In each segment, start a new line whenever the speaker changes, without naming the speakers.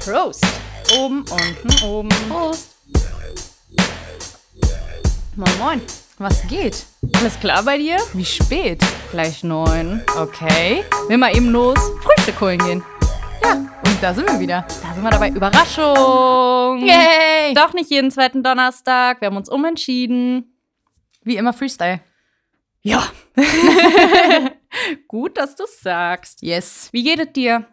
Prost. Oben, unten, oben. Prost. Moin, moin. Was geht? Alles klar bei dir? Wie spät? Gleich neun. Okay. Will mal eben los Frühstück holen gehen. Ja, und da sind wir wieder. Da sind wir dabei. Überraschung.
Yay!
Doch nicht jeden zweiten Donnerstag. Wir haben uns umentschieden. Wie immer Freestyle.
Ja.
Gut, dass du sagst.
Yes.
Wie geht es dir?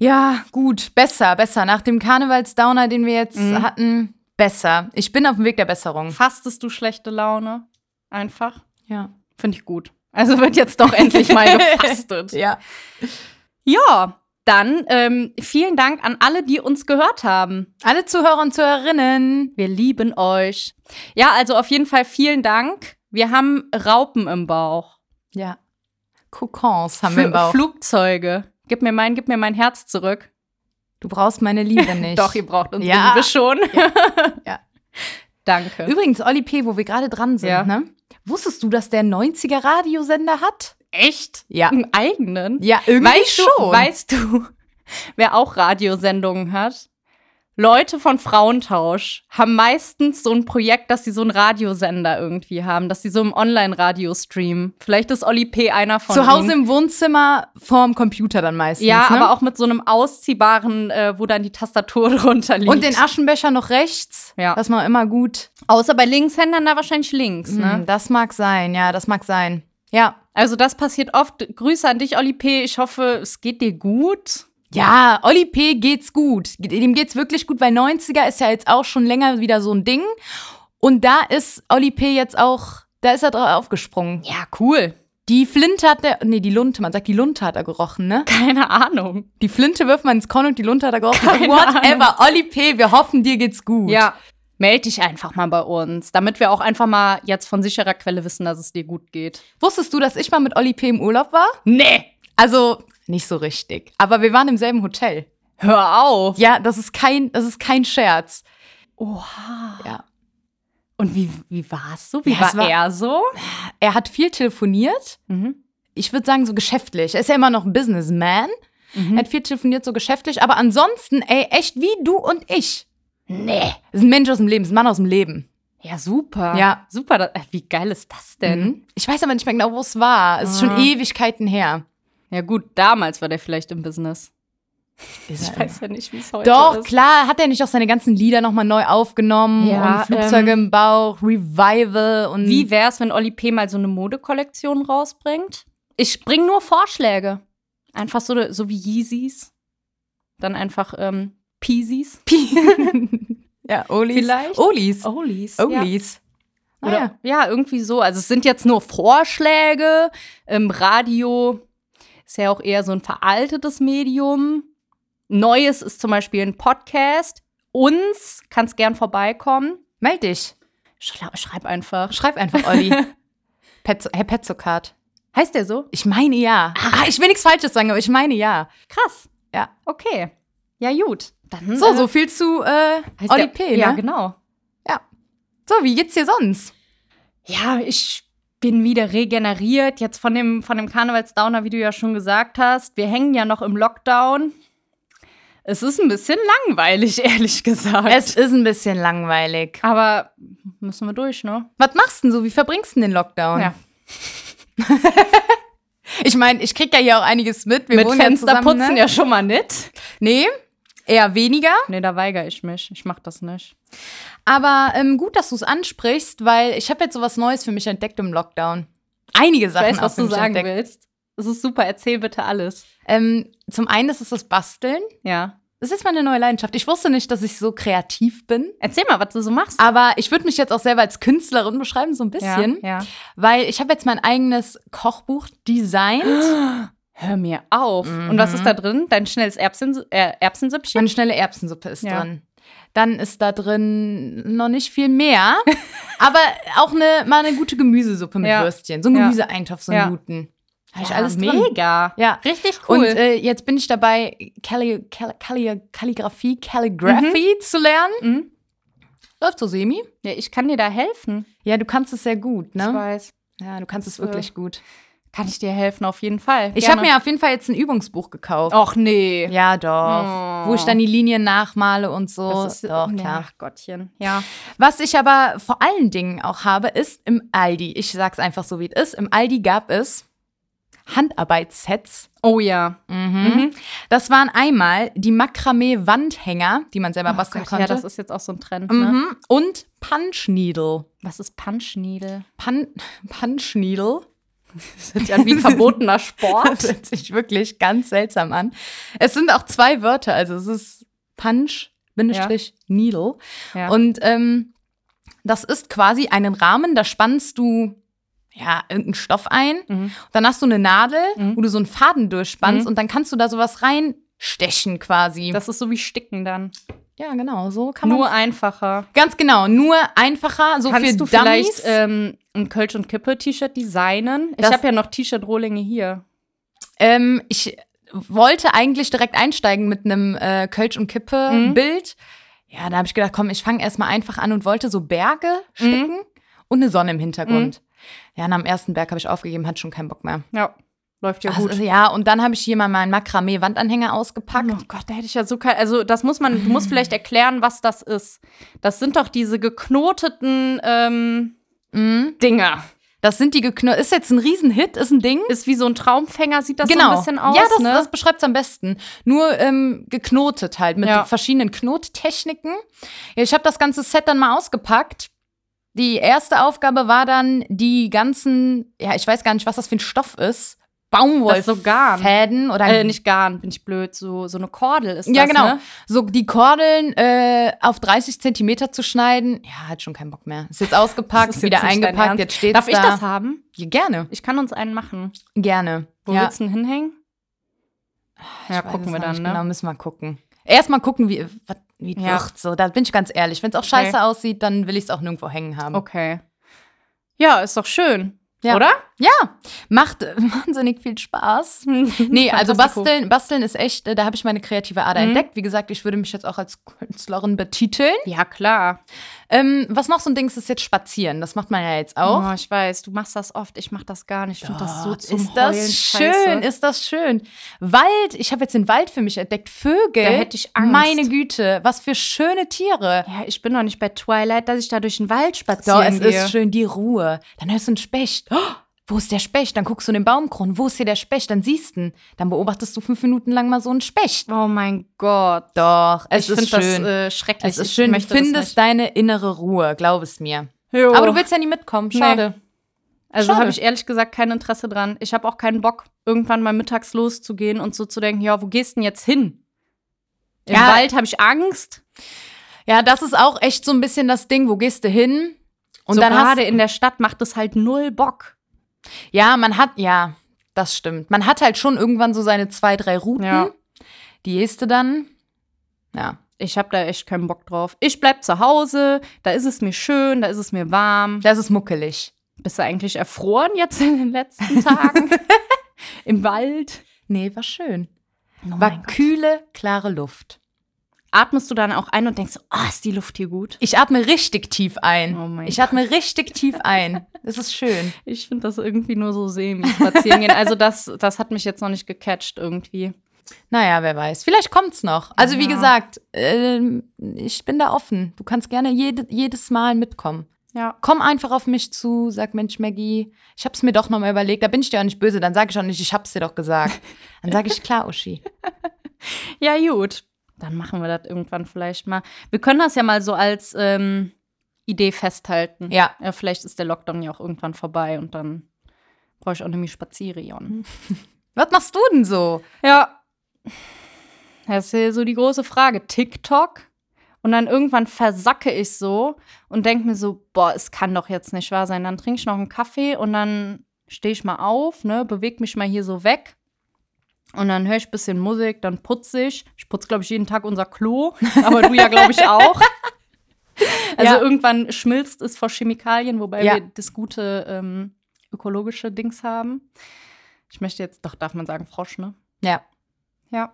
Ja, gut. Besser, besser. Nach dem Karnevalsdowner, den wir jetzt
Mhm.
hatten, besser. Ich bin auf dem Weg der Besserung.
Fastest du schlechte Laune? Einfach.
Ja.
Finde ich gut. Also wird jetzt doch endlich mal gefastet.
Ja.
Ja, dann ähm, vielen Dank an alle, die uns gehört haben.
Alle Zuhörer und Zuhörerinnen.
Wir lieben euch. Ja, also auf jeden Fall vielen Dank. Wir haben Raupen im Bauch.
Ja. Kokons haben wir im
Fl-
Bauch.
Flugzeuge. Gib mir mein, gib mir mein Herz zurück.
Du brauchst meine Liebe nicht.
Doch, ihr braucht unsere
Ja.
Liebe schon.
Ja.
Danke.
Übrigens, Oli P., wo wir gerade dran sind,
Ja.
ne? Wusstest du, dass der 90er Radiosender hat?
Echt?
Ja.
Einen eigenen?
Ja, irgendwie
weißt
schon.
Du, weißt du, wer auch Radiosendungen hat? Leute von Frauentausch haben meistens so ein Projekt, dass sie so einen Radiosender irgendwie haben, dass sie so im Online-Radio streamen. Vielleicht ist Oli P. einer von
Zu
ihnen.
Hause im Wohnzimmer vorm Computer dann meistens.
Ja,
ne?
aber auch mit so einem ausziehbaren, äh, wo dann die Tastatur drunter liegt.
Und den Aschenbecher noch rechts.
Ja.
Das war immer gut.
Außer bei Linkshändern da wahrscheinlich links, ne?
Hm, Das mag sein, ja, das mag sein. Ja.
Also das passiert oft. Grüße an dich, Oli P. Ich hoffe, es geht dir gut.
Ja, Oli P. geht's gut. Dem geht's wirklich gut, weil 90er ist ja jetzt auch schon länger wieder so ein Ding. Und da ist Oli P. jetzt auch, da ist er drauf aufgesprungen.
Ja, cool.
Die Flinte hat er, nee, die Lunte, man sagt, die Lunte hat er gerochen, ne?
Keine Ahnung.
Die Flinte wirft man ins Korn und die Lunte hat er gerochen.
Keine
Whatever, Oli P., wir hoffen, dir geht's gut.
Ja. Meld dich einfach mal bei uns, damit wir auch einfach mal jetzt von sicherer Quelle wissen, dass es dir gut geht.
Wusstest du, dass ich mal mit Oli P. im Urlaub war?
Nee,
Also, nicht so richtig. Aber wir waren im selben Hotel.
hör auf.
Ja, das ist kein, das ist kein Scherz.
Oha.
Ja.
Und wie, wie war's so? Wie
Ja, es
war,
war-
er so?
Er hat viel telefoniert.
Mhm.
Ich würde sagen, so geschäftlich. Er ist ja immer noch ein Businessman.
Mhm.
Er hat viel telefoniert, so geschäftlich. Aber ansonsten, ey, echt wie du und ich.
Nee.
Ist ein Mensch aus dem Leben, ist ein Mann aus dem Leben.
Ja, super.
Ja.
Super. das- äh, Wie geil ist das denn?
Mhm. Ich weiß aber nicht mehr genau, wo es war. Es ist schon
Ah.
Ewigkeiten her.
Ja, gut, damals war der vielleicht im Business.
Ist
Ich
er
weiß ja nicht, wie es heute
Doch,
ist.
klar, hat er nicht auch seine ganzen Lieder nochmal neu aufgenommen?
Ja, ähm,
und Flugzeuge im Bauch, Revival und.
Wie wär's, wenn Oli P. mal so eine Modekollektion rausbringt? Ich bringe nur Vorschläge. Einfach so, so wie Yeezys. Dann einfach ähm, Peasies.
ja, Olis.
Vielleicht?
Olis.
Olis. Ja.
Olis. Ah, ja.
Oder, ja, irgendwie so. Also es sind jetzt nur Vorschläge. Im Radio ist ja auch eher so ein veraltetes Medium. Neues ist zum Beispiel ein Podcast. Uns kannst gern vorbeikommen.
Meld dich.
Schla schreib einfach.
Schreib einfach Olli. Petzo, Herr Petzokart.
Heißt der so?
Ich meine ja. Ah, ich will nichts Falsches sagen, aber ich meine ja.
Krass.
Ja.
Okay. Ja, gut. Dann,
So,
äh,
so viel zu äh,
heißt
Olli
der-
P. Ne?
Ja, genau.
So, wie geht's dir sonst?
Ja, ich bin wieder regeneriert. Jetzt von dem, von dem Karnevalsdowner, wie du ja schon gesagt hast. Wir hängen ja noch im Lockdown. Es ist ein bisschen langweilig, ehrlich gesagt.
ist ein bisschen langweilig.
Aber müssen wir durch, ne?
Was machst du denn so? Wie verbringst du denn den Lockdown?
Ja.
Ich meine, ich krieg ja hier auch einiges mit. Wir
Mit
wohnen ja
Fensterputzen
zusammen, ne?
ja schon mal nicht.
Nee, eher weniger.
Nee, da weigere ich mich. Ich mach das nicht.
Aber ähm, gut, dass du es ansprichst, weil ich habe jetzt sowas Neues für mich entdeckt im Lockdown. Einige
Ich
Sachen
weiß,
auch
was
für
du
mich
sagen
entdeckt.
willst. Es ist super, erzähl bitte alles.
Ähm, zum einen ist es das Basteln.
Ja.
Das ist meine neue Leidenschaft. Ich wusste nicht, dass ich so kreativ bin.
Erzähl mal, was du so machst.
Aber ich würde mich jetzt auch selber als Künstlerin beschreiben, so ein bisschen.
Ja,
Weil ich habe jetzt mein eigenes Kochbuch designt.
ja. Hör mir auf. Und
Mhm.
was ist da drin? Dein schnelles Erbsen, äh, Erbsensüppchen?
Meine schnelle Erbsensuppe ist
Ja.
drin. Dann ist da drin noch nicht viel mehr, aber auch eine, mal eine gute Gemüsesuppe mit
Ja.
Würstchen. So ein
Ja.
Gemüseeintopf, so einen
Ja.
guten. Habe ich
Ja,
alles drin.
mega.
Ja.
Richtig cool.
Und äh, jetzt bin ich dabei, Kalli Kall Kalli Kalligrafie, Calligraphy zu lernen.
Mhm.
Läuft so semi.
ja, ich kann dir da helfen.
Ja, du kannst es sehr gut,
Ich
ne?
weiß.
Ja, du kannst es
Äh.
wirklich gut.
Kann ich dir helfen, auf jeden Fall.
Ich habe mir auf jeden Fall jetzt ein Übungsbuch gekauft.
Och nee.
Ja, doch.
Oh.
Wo ich dann die Linien nachmale und so.
Das ist
doch, klar.
Ach Gottchen. Ja.
Was ich aber vor allen Dingen auch habe, ist im Aldi. Ich sag's einfach so, wie es ist. Im Aldi gab es Handarbeitssets.
Oh ja.
Mhm. Das waren einmal die Makramee-Wandhänger, die man selber basteln
Oh Gott,
konnte.
ja, das ist jetzt auch so ein Trend. Ne?
mhm. Und Punchneedle.
Was ist Punchneedle?
Pan Punchneedle.
Das hört sich an wie verbotener
Das
Sport.
hört sich wirklich ganz seltsam an. Es sind auch zwei Wörter, also es ist Punch, Bindestrich, Needle.
Ja.
Und ähm, das ist quasi einen Rahmen, da spannst du ja irgendeinen Stoff ein.
Mhm.
Dann hast du eine Nadel,
Mhm.
wo du so einen Faden durchspannst
Mhm.
und dann kannst du da sowas reinstechen quasi.
Das ist so wie Sticken dann.
ja, genau, so kann man.
Nur einfacher.
Ganz genau, nur einfacher, so für
Kannst du
Dummies.
vielleicht ähm, ein Kölsch und Kippe T-Shirt designen?
Das-
ich habe ja noch T-Shirt-Rohlinge hier.
Ähm, ich wollte eigentlich direkt einsteigen mit einem äh, Kölsch und Kippe
Mhm.
Bild. Ja, da habe ich gedacht, komm, ich fange erstmal einfach an und wollte so Berge
Mhm.
sticken und eine Sonne im Hintergrund. Ja, nach dem ersten Berg habe ich aufgegeben, hat schon keinen Bock mehr.
Ja, läuft ja
Also,
gut.
ja, und dann habe ich hier mal meinen Makramee-Wandanhänger ausgepackt.
Oh Gott, da hätte ich ja so kein. Also, das muss man, du musst vielleicht erklären, was das ist. Das sind doch diese geknoteten ähm,
Mhm.
Dinger.
Das sind die geknurrt. Ist jetzt ein Riesenhit, ist ein Ding.
Ist wie so ein Traumfänger, sieht das so ein bisschen aus.
Genau. ja, das,
ne?
das beschreibt es am besten. Nur ähm, geknotet halt mit
Ja.
verschiedenen Knottechniken. Ja, ich habe das ganze Set dann mal ausgepackt. Die erste Aufgabe war dann die ganzen, ja, ich weiß gar nicht, was das für ein Stoff ist.
Das ist so Garn.
Baumwollfäden oder
äh, nicht Garn, bin ich blöd. So, so eine Kordel ist
ja,
das.
genau.
Ne?
So die Kordeln äh, auf 30 Zentimeter zu schneiden, ja, hat schon keinen Bock mehr. Ist jetzt ausgepackt,
Das ist jetzt
wieder
nicht dein
eingepackt,
Ernst.
jetzt steht's
Darf
da.
ich das haben?
Ja, gerne,
Ich kann uns einen machen.
gerne.
Wo
ja.
willst du denn hinhängen?
Ich
Ja,
weiß
gucken
es
wir
noch
dann,
nicht
ne?
Genau, müssen wir gucken. Erstmal gucken, wie was- wie
Ja.
wird so. Da bin ich ganz ehrlich. Wenn es auch scheiße
Okay.
aussieht, dann will ich es auch nirgendwo hängen haben.
Okay. Ja, ist doch schön.
genau. Ja.
Oder?
Ja, macht äh, wahnsinnig viel Spaß. Nee, also
Fantastico.
basteln, basteln ist echt, äh, da habe ich meine kreative Ader
Mhm.
entdeckt. Wie gesagt, ich würde mich jetzt auch als Künstlerin betiteln.
Ja, klar.
Ähm, was noch so ein Ding ist, ist jetzt spazieren. Das macht man ja jetzt auch.
Oh, ich weiß, du machst das oft. Ich mach das gar nicht. Ich finde das so
Gott,
zum
ist das
Heulen
schön,
scheiße.
ist das schön. Wald, ich habe jetzt den Wald für mich entdeckt. Vögel.
Da hätte ich Angst.
Meine Güte, was für schöne Tiere.
Ja, ich bin doch nicht bei Twilight, dass ich da durch den Wald
So,
spazieren
es
gehe.
ist schön die Ruhe. Dann hörst du einen Specht. Oh, wo ist der Specht? Dann guckst du in den Baumkronen. Wo ist hier der Specht? Dann siehst du ihn. Dann beobachtest du fünf Minuten lang mal so einen Specht.
Oh mein Gott.
Doch, es
ich
ist
finde das
schön.
äh, schrecklich.
es ist schön. Du
Ich möchte das
findest deine innere Ruhe, glaub es mir.
nicht. Jo.
Aber du willst ja nie mitkommen. Schade.
Also
schade.
habe ich ehrlich gesagt kein Interesse dran. Ich habe auch keinen Bock, irgendwann mal mittags loszugehen und so zu denken, ja, wo gehst denn jetzt hin? Im
Ja.
Wald habe ich Angst.
Ja, das ist auch echt so ein bisschen das Ding. Wo gehst du hin? Und
so
dann hast
gerade in der Stadt macht es halt null Bock.
Ja, man hat, ja, das stimmt. Man hat halt schon irgendwann so seine zwei, drei Routen.
Ja.
Die gehst du dann. Ja.
Ich habe da echt keinen Bock drauf. Ich bleib zu Hause, da ist es mir schön, da ist es mir warm.
Das ist muckelig.
Bist du eigentlich erfroren jetzt in den letzten Tagen? Im Wald?
Nee, war schön.
Oh
War kühle, klare Luft.
Atmest du dann auch ein und denkst, so, oh, ist die Luft hier gut?
Ich atme richtig tief ein.
Oh mein
ich atme richtig tief ein. Das ist schön.
Ich finde das irgendwie nur so semi spazieren gehen. Also das, das hat mich jetzt noch nicht gecatcht irgendwie.
Naja, wer weiß. Vielleicht kommt's noch. Also, wie
Ja.
gesagt, ähm, ich bin da offen. Du kannst gerne jede, jedes Mal mitkommen.
Ja.
Komm einfach auf mich zu, sag Mensch, Maggie, ich hab's mir doch nochmal überlegt. Da bin ich dir auch nicht böse. Dann sag ich auch nicht, ich hab's dir doch gesagt. Dann sag ich klar, Uschi.
Ja, gut. Dann machen wir das irgendwann vielleicht mal. Wir können das ja mal so als ähm, Idee festhalten.
Ja.
ja. Vielleicht ist der Lockdown ja auch irgendwann vorbei und dann brauche ich auch nämlich Spazieren.
Was machst du denn so?
Ja. Das ist hier so die große Frage. TikTok. Und dann irgendwann versacke ich so und denke mir so, boah, es kann doch jetzt nicht wahr sein. Dann trinke ich noch einen Kaffee und dann stehe ich mal auf, ne, bewege mich mal hier so weg. Und dann höre ich ein bisschen Musik, dann putze ich. Ich putze, glaube ich, jeden Tag unser Klo. Aber du ja, glaube ich, auch. Also
Ja.
irgendwann schmilzt es vor Chemikalien, wobei
Ja.
wir das gute ähm, ökologische Dings haben. Ich möchte jetzt, doch darf man sagen, Frosch, ne?
Ja.
Ja,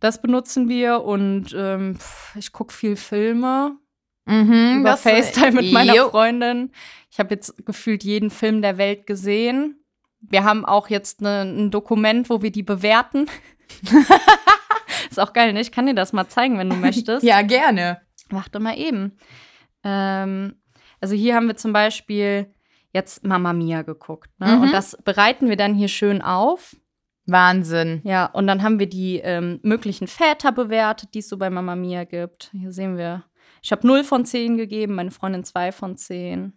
das benutzen wir und ähm, pf, ich gucke viel Filme
Mhm,
über
das-
FaceTime mit meiner
Jo.
Freundin. Ich habe jetzt gefühlt jeden Film der Welt gesehen. Wir haben auch jetzt ne, ein Dokument, wo wir die bewerten. ist auch geil, ne? Ich kann dir das mal zeigen, wenn du möchtest.
Ja, gerne.
Mach doch mal eben. Ähm, also hier haben wir zum Beispiel jetzt Mamma Mia geguckt. Ne?
Mhm.
Und das bereiten wir dann hier schön auf.
Wahnsinn.
Ja, und dann haben wir die ähm, möglichen Väter bewertet, die es so bei Mamma Mia gibt. Hier sehen wir, ich habe 0 von 10 gegeben, meine Freundin 2 von 10.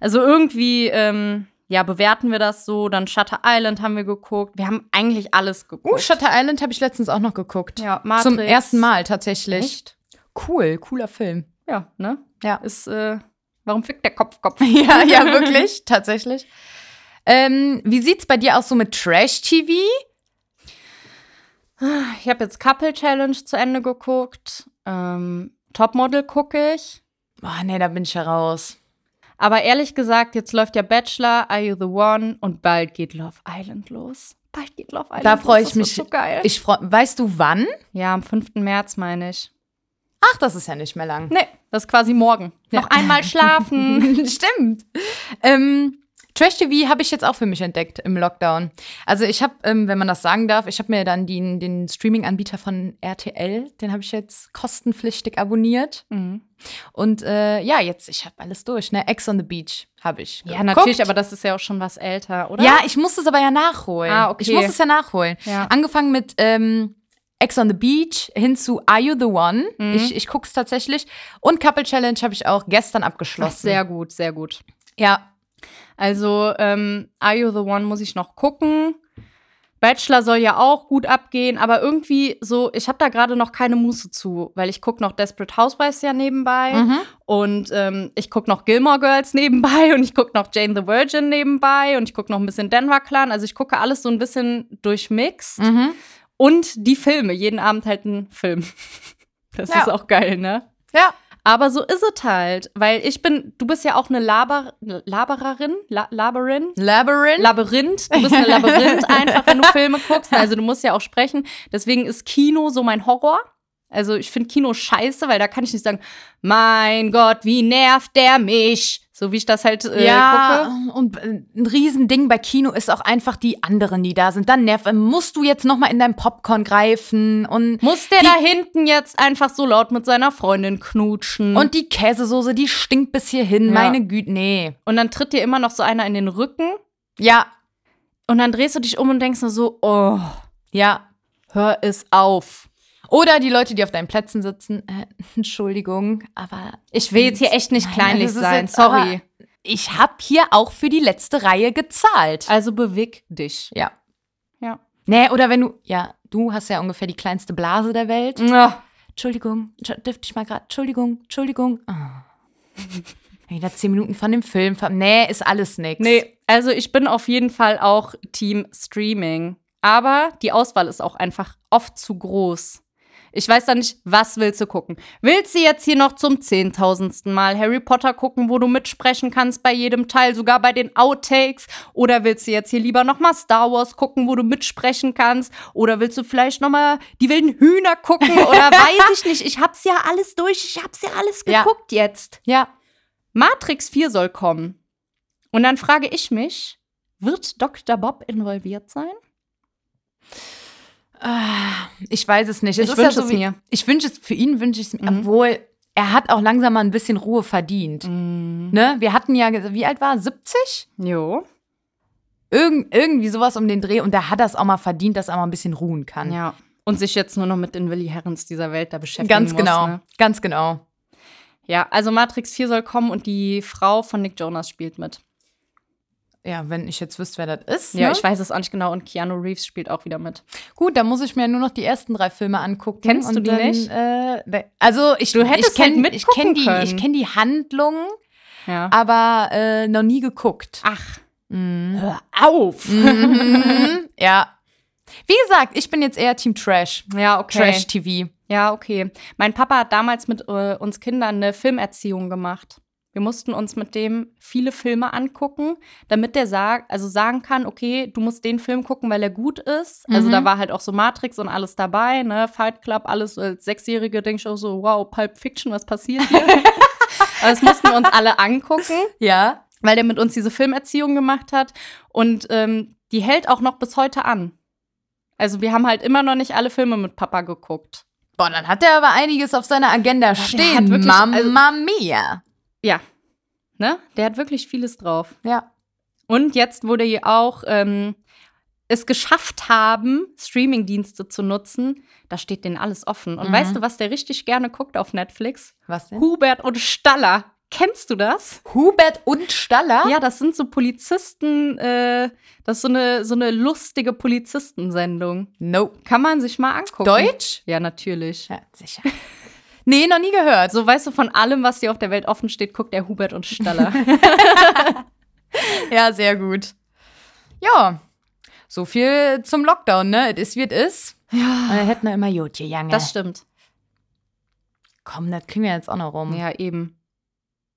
Also irgendwie, ähm, ja, bewerten wir das so. Dann Shutter Island haben wir geguckt. Wir haben eigentlich alles geguckt.
Uh, Shutter Island habe ich letztens auch noch geguckt.
ja, Matrix.
Zum ersten Mal tatsächlich.
Echt?
Cool, cooler Film.
Ja, ne?
Ja.
Ist, äh, warum fickt der Kopf Kopf?
Ja, ja, wirklich, tatsächlich. Ähm, wie sieht's bei dir aus so mit Trash-TV?
Ich habe jetzt Couple Challenge zu Ende geguckt. Ähm, Topmodel gucke ich.
Oh, nee, da bin ich heraus.
Aber ehrlich gesagt, jetzt läuft ja Bachelor, Are You the One und bald geht Love Island los. Bald geht Love Island
Da
los.
freue ich
das
mich.
Ist so geil.
Ich freu, weißt du wann?
ja, am 5. März meine ich.
Ach, das ist ja nicht mehr lang.
Nee, das ist quasi morgen.
Ja.
Noch einmal schlafen.
Stimmt. Ähm, Trash TV habe ich jetzt auch für mich entdeckt im Lockdown. Also ich habe, ähm, wenn man das sagen darf, ich habe mir dann den, den Streaming-Anbieter von RTL, den habe ich jetzt kostenpflichtig abonniert.
Mhm.
Und äh, ja, jetzt, ich habe alles durch. Ne? Ex on the Beach habe ich.
Ja,
geguckt.
natürlich, aber das ist ja auch schon was älter, oder?
Ja, ich musste es aber ja nachholen.
Ah, okay.
Ich musste es ja nachholen.
Ja.
Angefangen mit ähm, Ex on the Beach hin zu Are You the One?
Mhm.
Ich, ich gucke es tatsächlich. Und Couple Challenge habe ich auch gestern
Ach,
abgeschlossen.
sehr gut, sehr gut.
ja,
Also, ähm, Are You the One muss ich noch gucken. Bachelor soll ja auch gut abgehen, aber irgendwie so, ich habe da gerade noch keine Muße zu, weil ich gucke noch Desperate Housewives ja nebenbei
Mhm.
und ähm, ich gucke noch Gilmore Girls nebenbei und ich gucke noch Jane the Virgin nebenbei und ich gucke noch ein bisschen Denver Clan. Also ich gucke alles so ein bisschen durchmixed
Mhm.
und die Filme, jeden Abend halt einen Film. Das
Ja.
ist auch geil, ne?
Ja.
Aber so ist es halt, weil ich bin, du bist ja auch eine Laber, Labererin, La, Laberin,
Labyrinth.
Labyrinth. Du bist ein Labyrinth einfach, wenn du Filme guckst. Also du musst ja auch sprechen. Deswegen ist Kino so mein Horror. Also ich finde Kino scheiße, weil da kann ich nicht sagen, mein Gott, wie nervt der mich? So wie ich das halt äh, gucke.
ja, und äh, ein Riesending bei Kino ist auch einfach die anderen, die da sind. Dann nervt, musst du jetzt noch mal in dein Popcorn greifen und
Muss der
Die-
da hinten jetzt einfach so laut mit seiner Freundin knutschen?
und die Käsesoße, die stinkt bis hierhin.
Mhm. Ja.
Meine Güte, nee.
und dann tritt dir immer noch so einer in den Rücken
Ja,
und dann drehst du dich um und denkst nur so, oh,
ja.
hör es auf.
Oder die Leute, die auf deinen Plätzen sitzen. Äh, Entschuldigung, aber
Ich will jetzt hier echt nicht
Nein,
kleinlich
das ist
sein,
jetzt
sorry.
ich habe hier auch für die letzte Reihe gezahlt.
Also beweg dich.
Ja.
Ja.
Nee, oder wenn du, ja, du hast ja ungefähr die kleinste Blase der Welt.
Ja.
Entschuldigung, Entschu- dürfte ich mal gerade, Entschuldigung, Entschuldigung. Ah. Wieder zehn Minuten von dem Film. ver- Nee, ist alles nix.
Nee, also ich bin auf jeden Fall auch Team Streaming. Aber die Auswahl ist auch einfach oft zu groß. Ich weiß da nicht, was willst du gucken? Willst du jetzt hier noch zum zehntausendsten Mal Harry Potter gucken, wo du mitsprechen kannst bei jedem Teil, sogar bei den Outtakes? Oder willst du jetzt hier lieber noch mal Star Wars gucken, wo du mitsprechen kannst? Oder willst du vielleicht noch mal die wilden Hühner gucken? Oder weiß ich nicht. Ich hab's ja alles durch. Ich hab's ja alles
Ja.
geguckt jetzt.
Ja.
Matrix 4 soll kommen. Und dann frage ich mich, wird Dr. Bob involviert sein?
Ah, Ich weiß es nicht. Es
Ich
ist ja
wünsch
so
es
wie-
mir.
Ich wünsche es, für ihn wünsche ich es mir.
Mhm.
Obwohl, er hat auch langsam mal ein bisschen Ruhe verdient. Ne? Wir hatten ja, ge- wie alt war er? 70?
Mm, Jo.
Irgend, irgendwie sowas um den Dreh. Und da hat er es auch mal verdient, dass er mal ein bisschen ruhen kann.
Ja. Und sich jetzt nur noch mit den Willi Herrens dieser Welt da beschäftigen
Ganz
muss.
genau.
Ne?
Ganz genau.
Ja, also Matrix 4 soll kommen und die Frau von Nick Jonas spielt mit.
Ja, wenn ich jetzt wüsste, wer das ist.
Ja,
ne?
ich weiß es auch nicht genau. Und Keanu Reeves spielt auch wieder mit.
Gut, dann muss ich mir nur noch die ersten drei Filme angucken.
Kennst du
und
die
dann,
nicht?
Äh, we- also ich, du
hättest
ich kenn,
halt
ich kenn
mitgucken
die,
können.
Ich kenne die Handlung,
Ja.
aber äh, noch nie geguckt.
Ach,
Mhm.
hör auf!
Mhm. ja. Wie gesagt, ich bin jetzt eher Team Trash.
Ja, okay.
Trash TV.
Ja, okay. Mein Papa hat damals mit äh, uns Kindern eine Filmerziehung gemacht. Wir mussten uns mit dem viele Filme angucken, damit der sag, also sagen kann, okay, du musst den Film gucken, weil er gut ist. Also
Mhm.
da war halt auch so Matrix und alles dabei, ne? Fight Club, alles. Als Sechsjährige denke ich auch so, wow, Pulp Fiction, was passiert hier? Aber das mussten wir uns alle angucken.
Ja.
weil der mit uns diese Filmerziehung gemacht hat. Und ähm, die hält auch noch bis heute an. Also wir haben halt immer noch nicht alle Filme mit Papa geguckt.
Boah, dann hat er aber einiges auf seiner Agenda
hat
stehen.
wirklich-
Mamma mia.
Ja. Ne? Der hat wirklich vieles drauf.
Ja.
Und jetzt wurde ihr auch ähm, es geschafft haben, Streamingdienste zu nutzen. Da steht denen alles offen. Und
Mhm.
weißt du, was der richtig gerne guckt auf Netflix?
Was denn?
Hubert und Staller. Kennst du das?
Hubert und Staller?
Ja, das sind so Polizisten, äh, das ist so eine, so eine lustige Polizistensendung.
No.
Kann man sich mal angucken.
Deutsch?
Ja, natürlich.
Ja, sicher. nee, noch nie gehört.
So, weißt du, von allem, was dir auf der Welt offen steht, guckt der Hubert und Staller.
Ja, sehr gut. Ja, so viel zum Lockdown, ne? Es ist, wie es ist. Ja. Und dann hätten wir immer Jotje Jange.
das stimmt.
Komm, das kriegen wir jetzt auch noch rum.
Ja, eben.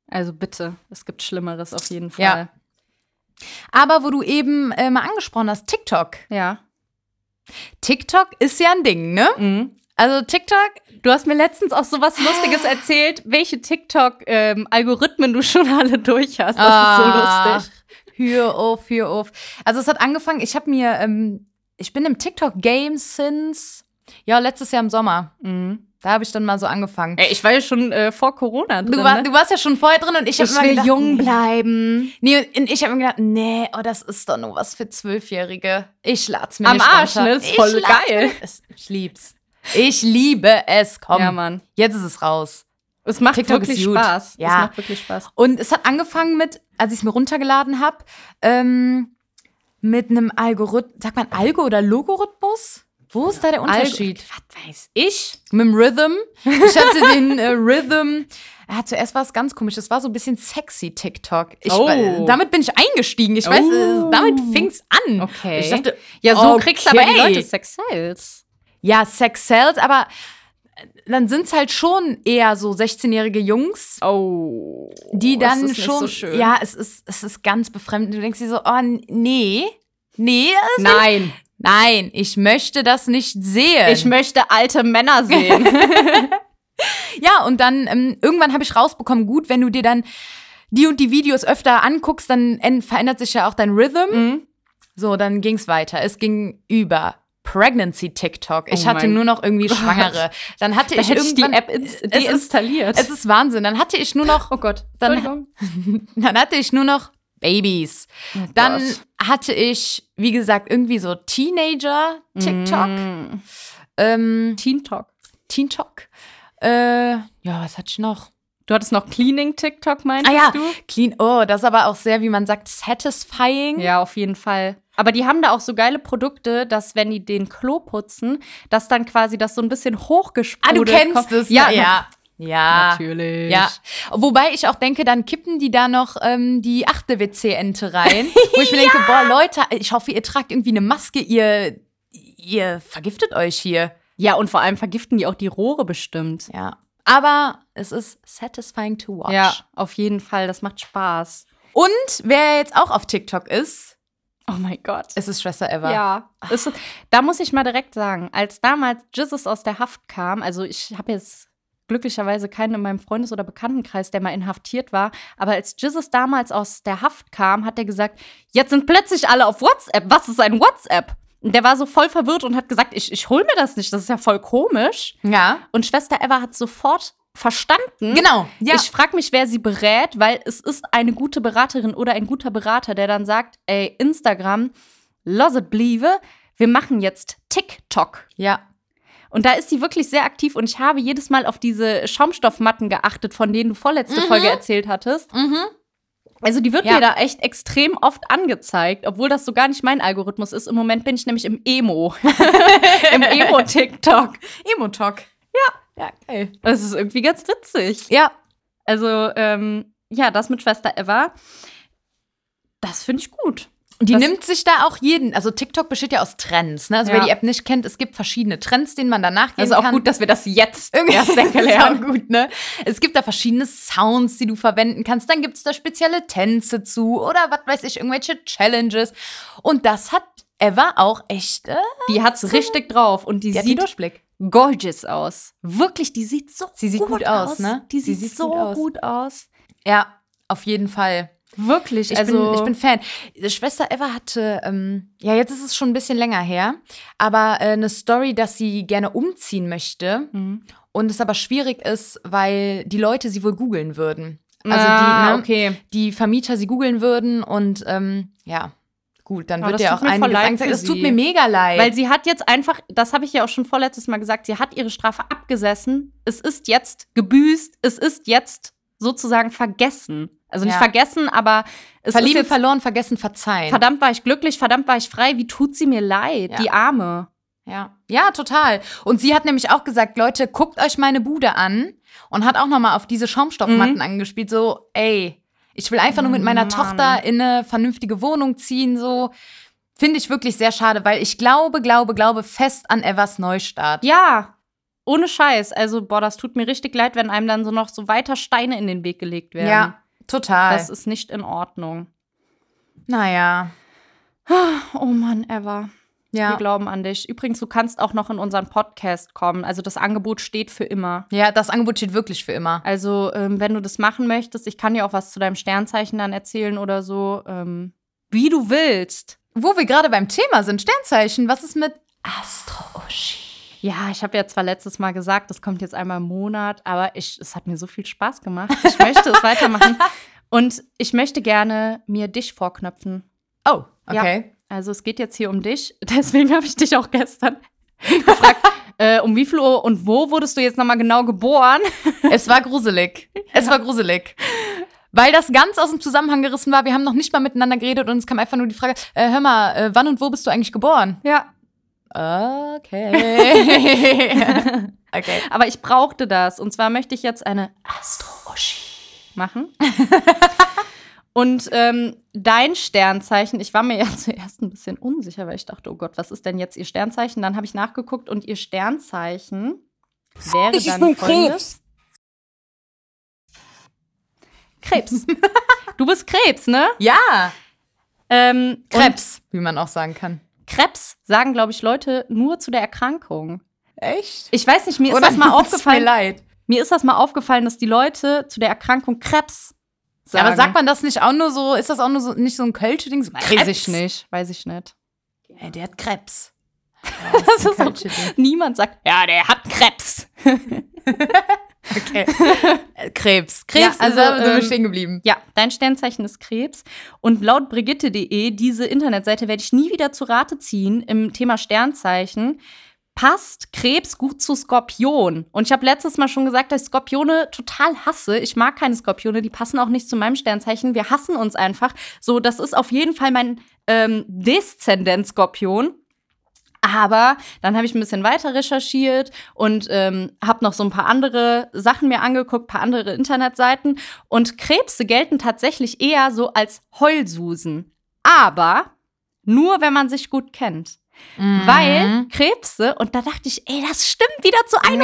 Also bitte, es gibt Schlimmeres auf jeden
Ja.
Fall.
Aber wo du eben äh, mal angesprochen hast, TikTok.
Ja.
TikTok ist ja ein Ding, ne?
Mhm.
Also TikTok,
Du hast mir letztens auch so was Lustiges erzählt, welche TikTok-Algorithmen ähm, du schon alle durch hast. Das ist so lustig.
Hör auf, hör auf. Also es hat angefangen, ich habe mir, ähm, ich bin im TikTok-Game since, ja, letztes Jahr im Sommer.
Mhm.
Da habe ich dann mal so angefangen.
Ey, ich war ja schon äh, vor Corona drin.
Du, war,
ne?
du warst ja schon vorher drin und ich habe
ich
immer
will
gedacht,
jung
nee.
bleiben.
Nee, und- und ich habe mir gedacht, nee, oh, das ist doch nur was für Zwölfjährige. Ich lad's mir
Am
nicht
Arsch,
runter.
ne? Ist
Ich
voll
lad's
geil.
mir- Es- Ich lieb's. Ich liebe es. Komm,
Ja, Mann.
jetzt ist es raus.
Es macht
TikTok ist
wirklich
gut.
Spaß. Es
Ja.
macht wirklich Spaß.
Und es hat angefangen mit, als ich es mir runtergeladen habe, ähm, mit einem Algorithmus. Sagt man Algo oder Logorithmus? Wo ist da der Unterschied?
Was weiß ich?
Mit dem Rhythm. Ich hatte den äh, Rhythm. Ja, zuerst war es ganz komisch. Das war so ein bisschen sexy TikTok. Ich,
Oh.
war- Damit bin ich eingestiegen. Ich weiß,
Oh.
äh, damit fing's an.
Okay.
Ich dachte,
Ja, so
Okay.
kriegst du aber die Leute Sex Sales.
ja, Sex sells, aber dann sind's halt schon eher so 16-jährige Jungs,
Oh.
die
das
dann
ist nicht
schon.
so schön.
Ja, es ist, es ist ganz befremdend. Du denkst dir so, oh, nee. Nee, das-
Nein,
nein, ich möchte das nicht sehen.
ich möchte alte Männer sehen.
Ja, und dann ähm, irgendwann habe ich rausbekommen, gut, wenn du dir dann die und die Videos öfter anguckst, dann en- verändert sich ja auch dein Rhythm.
Mhm.
So, dann ging's weiter. Es ging über Pregnancy TikTok. Ich
Oh
hatte
mein
nur noch irgendwie Schwangere. Dann hatte
da
ich
hätte ich die
irgendwann
App ins-
Es ist-
deinstalliert.
Es ist Wahnsinn. Dann hatte ich nur noch,
oh Gott,
Dann-
Entschuldigung.
dann hatte ich nur noch Babys. Dann hatte ich, wie gesagt, irgendwie so Teenager TikTok,
Mm.
ähm,
Teen Talk.
Teen Talk. Äh, ja, was hatte ich noch?
Du hattest noch Cleaning TikTok, meinst
Ah ja,
du?
Clean. Oh, das ist aber auch sehr, wie man sagt, satisfying.
Ja, auf jeden Fall. Aber die haben da auch so geile Produkte, dass wenn die den Klo putzen, dass dann quasi das so ein bisschen hochgesprudelt
Ah, du kennst
kommt.
es.
Ja,
ja. Ja.
natürlich.
Ja, wobei ich auch denke, dann kippen die da noch ähm, die achte WC-Ente rein. Wo ich mir denke, boah, Leute, ich hoffe, ihr tragt irgendwie eine Maske, ihr, ihr vergiftet euch hier.
Ja, und vor allem vergiften die auch die Rohre bestimmt.
Ja. Aber es ist satisfying to watch.
Ja, auf jeden Fall. Das macht Spaß.
Und wer jetzt auch auf TikTok ist,
Oh mein Gott.
ist es Stressor Ever.
Ja, es ist, da muss ich mal direkt sagen, als damals Jesus aus der Haft kam, also ich habe jetzt glücklicherweise keinen in meinem Freundes- oder Bekanntenkreis, der mal inhaftiert war, aber als Jesus damals aus der Haft kam, hat er gesagt, jetzt sind plötzlich alle auf WhatsApp, was ist ein WhatsApp? Und der war so voll verwirrt und hat gesagt, ich, ich hol mir das nicht, das ist ja voll komisch.
Ja.
Und Schwester Eva hat sofort verstanden.
Genau. Ja.
Ich frage mich, wer sie berät, weil es ist eine gute Beraterin oder ein guter Berater, der dann sagt, ey, Instagram, lass it bliebe, wir machen jetzt TikTok.
ja.
Und da ist sie wirklich sehr aktiv und ich habe jedes Mal auf diese Schaumstoffmatten geachtet, von denen du vorletzte Folge erzählt hattest.
Mhm.
Also die wird
Ja.
mir da echt extrem oft angezeigt, obwohl das so gar nicht mein Algorithmus ist. Im Moment bin ich nämlich im Emo. Im Emo-TikTok.
Emotalk. Ja. Ja, geil.
Das ist irgendwie ganz witzig.
Ja.
Also, ähm, ja, das mit Schwester Eva, das finde ich gut.
Und die
Das-
nimmt sich da auch jeden, also TikTok besteht ja aus Trends, ne? Also
Ja.
wer die App nicht kennt, es gibt verschiedene Trends, denen man danach gehen
Also auch
kann.
gut, dass wir das jetzt
Irgendwie
erst
ist
erklären.
auch gut, ne? Es gibt da verschiedene Sounds, die du verwenden kannst. Dann gibt es da spezielle Tänze zu oder was weiß ich, irgendwelche Challenges. Und das hat Eva auch echt äh,
Die hat's richtig drauf und die,
die hat den
sieht
Durchblick.
gorgeous aus. Wirklich, die sieht so
Sie sieht gut aus, ne?
Die
Sie
sieht,
sieht
so
gut
gut
aus.
aus.
Ja, auf jeden Fall.
Wirklich,
Ich,
also
bin, ich bin Fan. Schwester Eva hatte, ähm, ja, jetzt ist es schon ein bisschen länger her, aber äh, eine Story, dass sie gerne umziehen möchte
Mhm.
und es aber schwierig ist, weil die Leute sie wohl googeln würden. Also
ah,
die, ne,
okay.
die Vermieter sie googeln würden und ähm, ja, gut, dann
Aber
wird
das
ja
tut
auch
mir voll
einiges
leid
angezeigt.
für
Es tut
sie.
mir mega leid.
Weil sie hat jetzt einfach, das habe ich ja auch schon vorletztes Mal gesagt, sie hat ihre Strafe abgesessen. Es ist jetzt gebüßt. Es ist jetzt sozusagen vergessen. Also nicht
Ja.
vergessen, aber es
Verlieben,
ist jetzt,
verloren, vergessen, verzeihen.
verdammt war ich glücklich, verdammt war ich frei. Wie tut sie mir leid,
Ja.
die Arme.
Ja. ja, total. Und sie hat nämlich auch gesagt, Leute, guckt euch meine Bude an und hat auch nochmal auf diese Schaumstoffmatten
Mhm.
angespielt, so, ey, ich will einfach nur mit meiner
Mann.
Tochter in eine vernünftige Wohnung ziehen, so. Finde ich wirklich sehr schade, weil ich glaube, glaube, glaube fest an Evas Neustart.
Ja, ohne Scheiß. Also, boah, das tut mir richtig leid, wenn einem dann so noch so weiter Steine in den Weg gelegt werden.
Ja, total.
Das ist nicht in Ordnung.
naja.
Oh Mann, Eva. Wir
Ja.
glauben an dich. Übrigens, du kannst auch noch in unseren Podcast kommen. Also das Angebot steht für immer.
ja, das Angebot steht wirklich für immer.
Also ähm, wenn du das machen möchtest, ich kann dir auch was zu deinem Sternzeichen dann erzählen oder so. Ähm, wie du willst.
Wo wir gerade beim Thema sind, Sternzeichen, was ist mit Astro?
Ja, ich habe ja zwar letztes Mal gesagt, das kommt jetzt einmal im Monat, aber ich, es hat mir so viel Spaß gemacht. Ich möchte es weitermachen. Und ich möchte gerne mir dich vorknöpfen.
Oh, okay.
Also es geht jetzt hier um dich, deswegen habe ich dich auch gestern gefragt, äh, um wie viel Uhr und wo wurdest du jetzt nochmal genau geboren?
Es war gruselig. Es war gruselig. Weil das ganz aus dem Zusammenhang gerissen war. Wir haben noch nicht mal miteinander geredet und es kam einfach nur die Frage: äh, Hör mal, äh, wann und wo bist du eigentlich geboren?
Ja.
Okay. okay.
Aber ich brauchte das. Und zwar möchte ich jetzt eine Astro-Oschi machen. Und ähm, dein Sternzeichen, ich war mir ja zuerst ein bisschen unsicher, weil ich dachte, oh Gott, was ist denn jetzt ihr Sternzeichen? Dann habe ich nachgeguckt und ihr Sternzeichen wäre
Ich
dann
bin
folgendes.
Krebs.
Krebs. Du bist Krebs, ne?
Ja,
Ähm, und-
Krebs, wie man auch sagen kann.
Krebs sagen, glaube ich, Leute nur zu der Erkrankung.
Echt?
Ich weiß nicht, mir ist
Oder
das mal aufgefallen.
Mir leid.
Mir ist das mal aufgefallen, dass die Leute zu der Erkrankung Krebs sagen.
Aber sagt man das nicht auch nur so? Ist das auch nur so nicht so ein kölsche Ding? So,
Weiß ich nicht, weiß ich nicht.
Ey, Äh, der hat Krebs.
Das ist auch,
Kölsche Ding.
niemand sagt, ja, der hat Krebs.
Okay. Äh, Krebs. Krebs,
Ja, also,
also da sind wir
ähm,
stehen geblieben.
Ja, dein Sternzeichen ist Krebs. Und laut Brigitte.de, diese Internetseite werde ich nie wieder zu Rate ziehen im Thema Sternzeichen. Passt Krebs gut zu Skorpion? Und ich habe letztes Mal schon gesagt, dass ich Skorpione total hasse. Ich mag keine Skorpione, die passen auch nicht zu meinem Sternzeichen. Wir hassen uns einfach. So, das ist auf jeden Fall mein ähm, Deszendent-Skorpion. Aber dann habe ich ein bisschen weiter recherchiert und ähm, habe noch so ein paar andere Sachen mir angeguckt, paar andere Internetseiten. Und Krebse gelten tatsächlich eher so als Heulsusen. Aber nur, wenn man sich gut kennt.
Mhm.
Weil Krebse, und da dachte ich, ey, das stimmt wieder zu 100%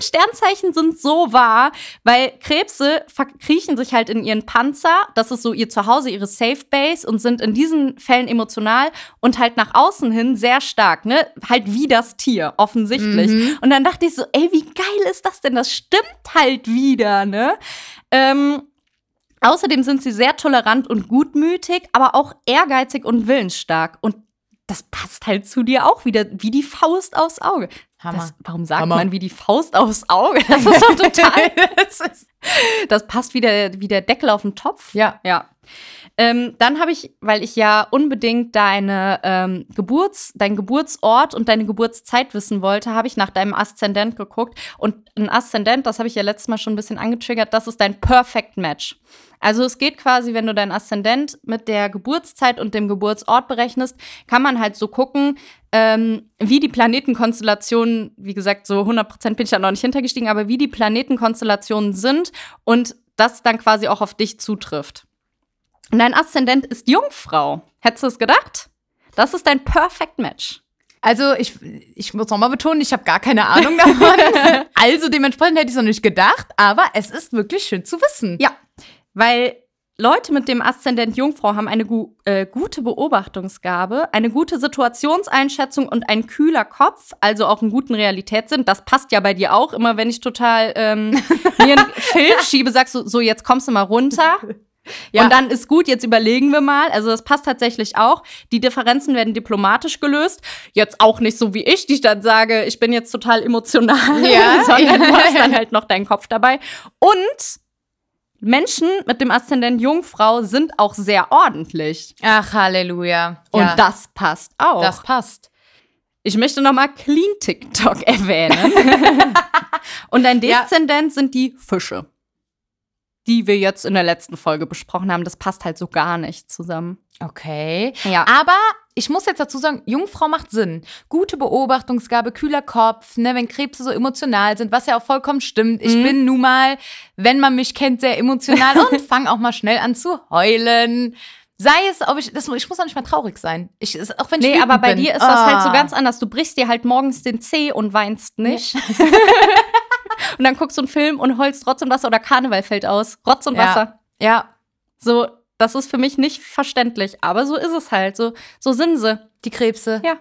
Sternzeichen sind so wahr, weil Krebse verkriechen sich halt in ihren Panzer, das ist so ihr Zuhause, ihre Safe Base und sind in diesen Fällen emotional und halt nach außen hin sehr stark, ne? Halt wie das Tier, offensichtlich.
Mhm.
Und dann dachte ich so, ey, wie geil ist das denn? Das stimmt halt wieder, ne? Ähm, Außerdem sind sie sehr tolerant und gutmütig, aber auch ehrgeizig und willensstark. Und das passt halt zu dir auch wieder, wie die Faust aufs Auge.
Hammer.
Das, warum sagt
Hammer.
man wie die Faust aufs Auge? Das ist doch total.
das ist,
Das passt wie der, wie der Deckel auf den Topf.
ja.
Ja. Ähm, dann habe ich, weil ich ja unbedingt deine ähm, Geburts, deinen Geburtsort und deine Geburtszeit wissen wollte, habe ich nach deinem Aszendent geguckt. Und ein Aszendent, das habe ich ja letztes Mal schon ein bisschen angetriggert, das ist dein Perfect Match. Also es geht quasi, wenn du deinen Aszendent mit der Geburtszeit und dem Geburtsort berechnest, kann man halt so gucken, ähm, wie die Planetenkonstellationen, wie gesagt, so 100% bin ich da noch nicht hintergestiegen, aber wie die Planetenkonstellationen sind und das dann quasi auch auf dich zutrifft. Und dein Aszendent ist Jungfrau. Hättest du es gedacht? Das ist dein Perfect Match.
Also ich, ich muss nochmal betonen, ich habe gar keine Ahnung davon. also dementsprechend hätte ich es noch nicht gedacht, aber es ist wirklich schön zu wissen.
Ja, weil Leute mit dem Aszendent Jungfrau haben eine gu äh, gute Beobachtungsgabe, eine gute Situationseinschätzung und einen kühler Kopf, also auch einen guten Realitätssinn. Das passt ja bei dir auch. Immer wenn ich total ähm, mir einen Film schiebe, sagst du, so jetzt kommst du mal runter.
Ja.
Und dann ist gut, jetzt überlegen wir mal. Also das passt tatsächlich auch. Die Differenzen werden diplomatisch gelöst. Jetzt auch nicht so wie ich, die ich dann sage, ich bin jetzt total emotional,
Ja.
sondern
Ja.
du hast dann halt noch deinen Kopf dabei. Und Menschen mit dem Aszendent Jungfrau sind auch sehr ordentlich.
Ach, Halleluja.
Und
ja,
das passt auch.
das passt.
Ich möchte nochmal Clean TikTok erwähnen. Und dein
Ja.
Deszendent sind die Fische, die wir jetzt in der letzten Folge besprochen haben. Das passt halt so gar nicht zusammen. Ah,
Okay.
Ja.
Aber ich muss jetzt dazu sagen, Jungfrau macht Sinn. Gute Beobachtungsgabe, kühler Kopf, ne, wenn Krebse so emotional sind, was ja auch vollkommen stimmt. Ich
Mhm.
bin nun mal, wenn man mich kennt, sehr emotional und fange auch mal schnell an zu heulen. Sei es, ob ich, das, ich muss auch nicht mal traurig sein. Ich, es- auch wenn ich
Nee,
wütend
aber bei
bin.
dir ist das halt so
Ah.
ganz anders. Du brichst dir halt morgens den Zeh und weinst nicht. und dann guckst du einen Film und heulst Rotz und Wasser oder Karneval fällt aus. Rotz und
Ja.
Wasser.
Ja,
So, das ist für mich nicht verständlich, aber so ist es halt. So, so sind sie.
die Krebse.
Ja.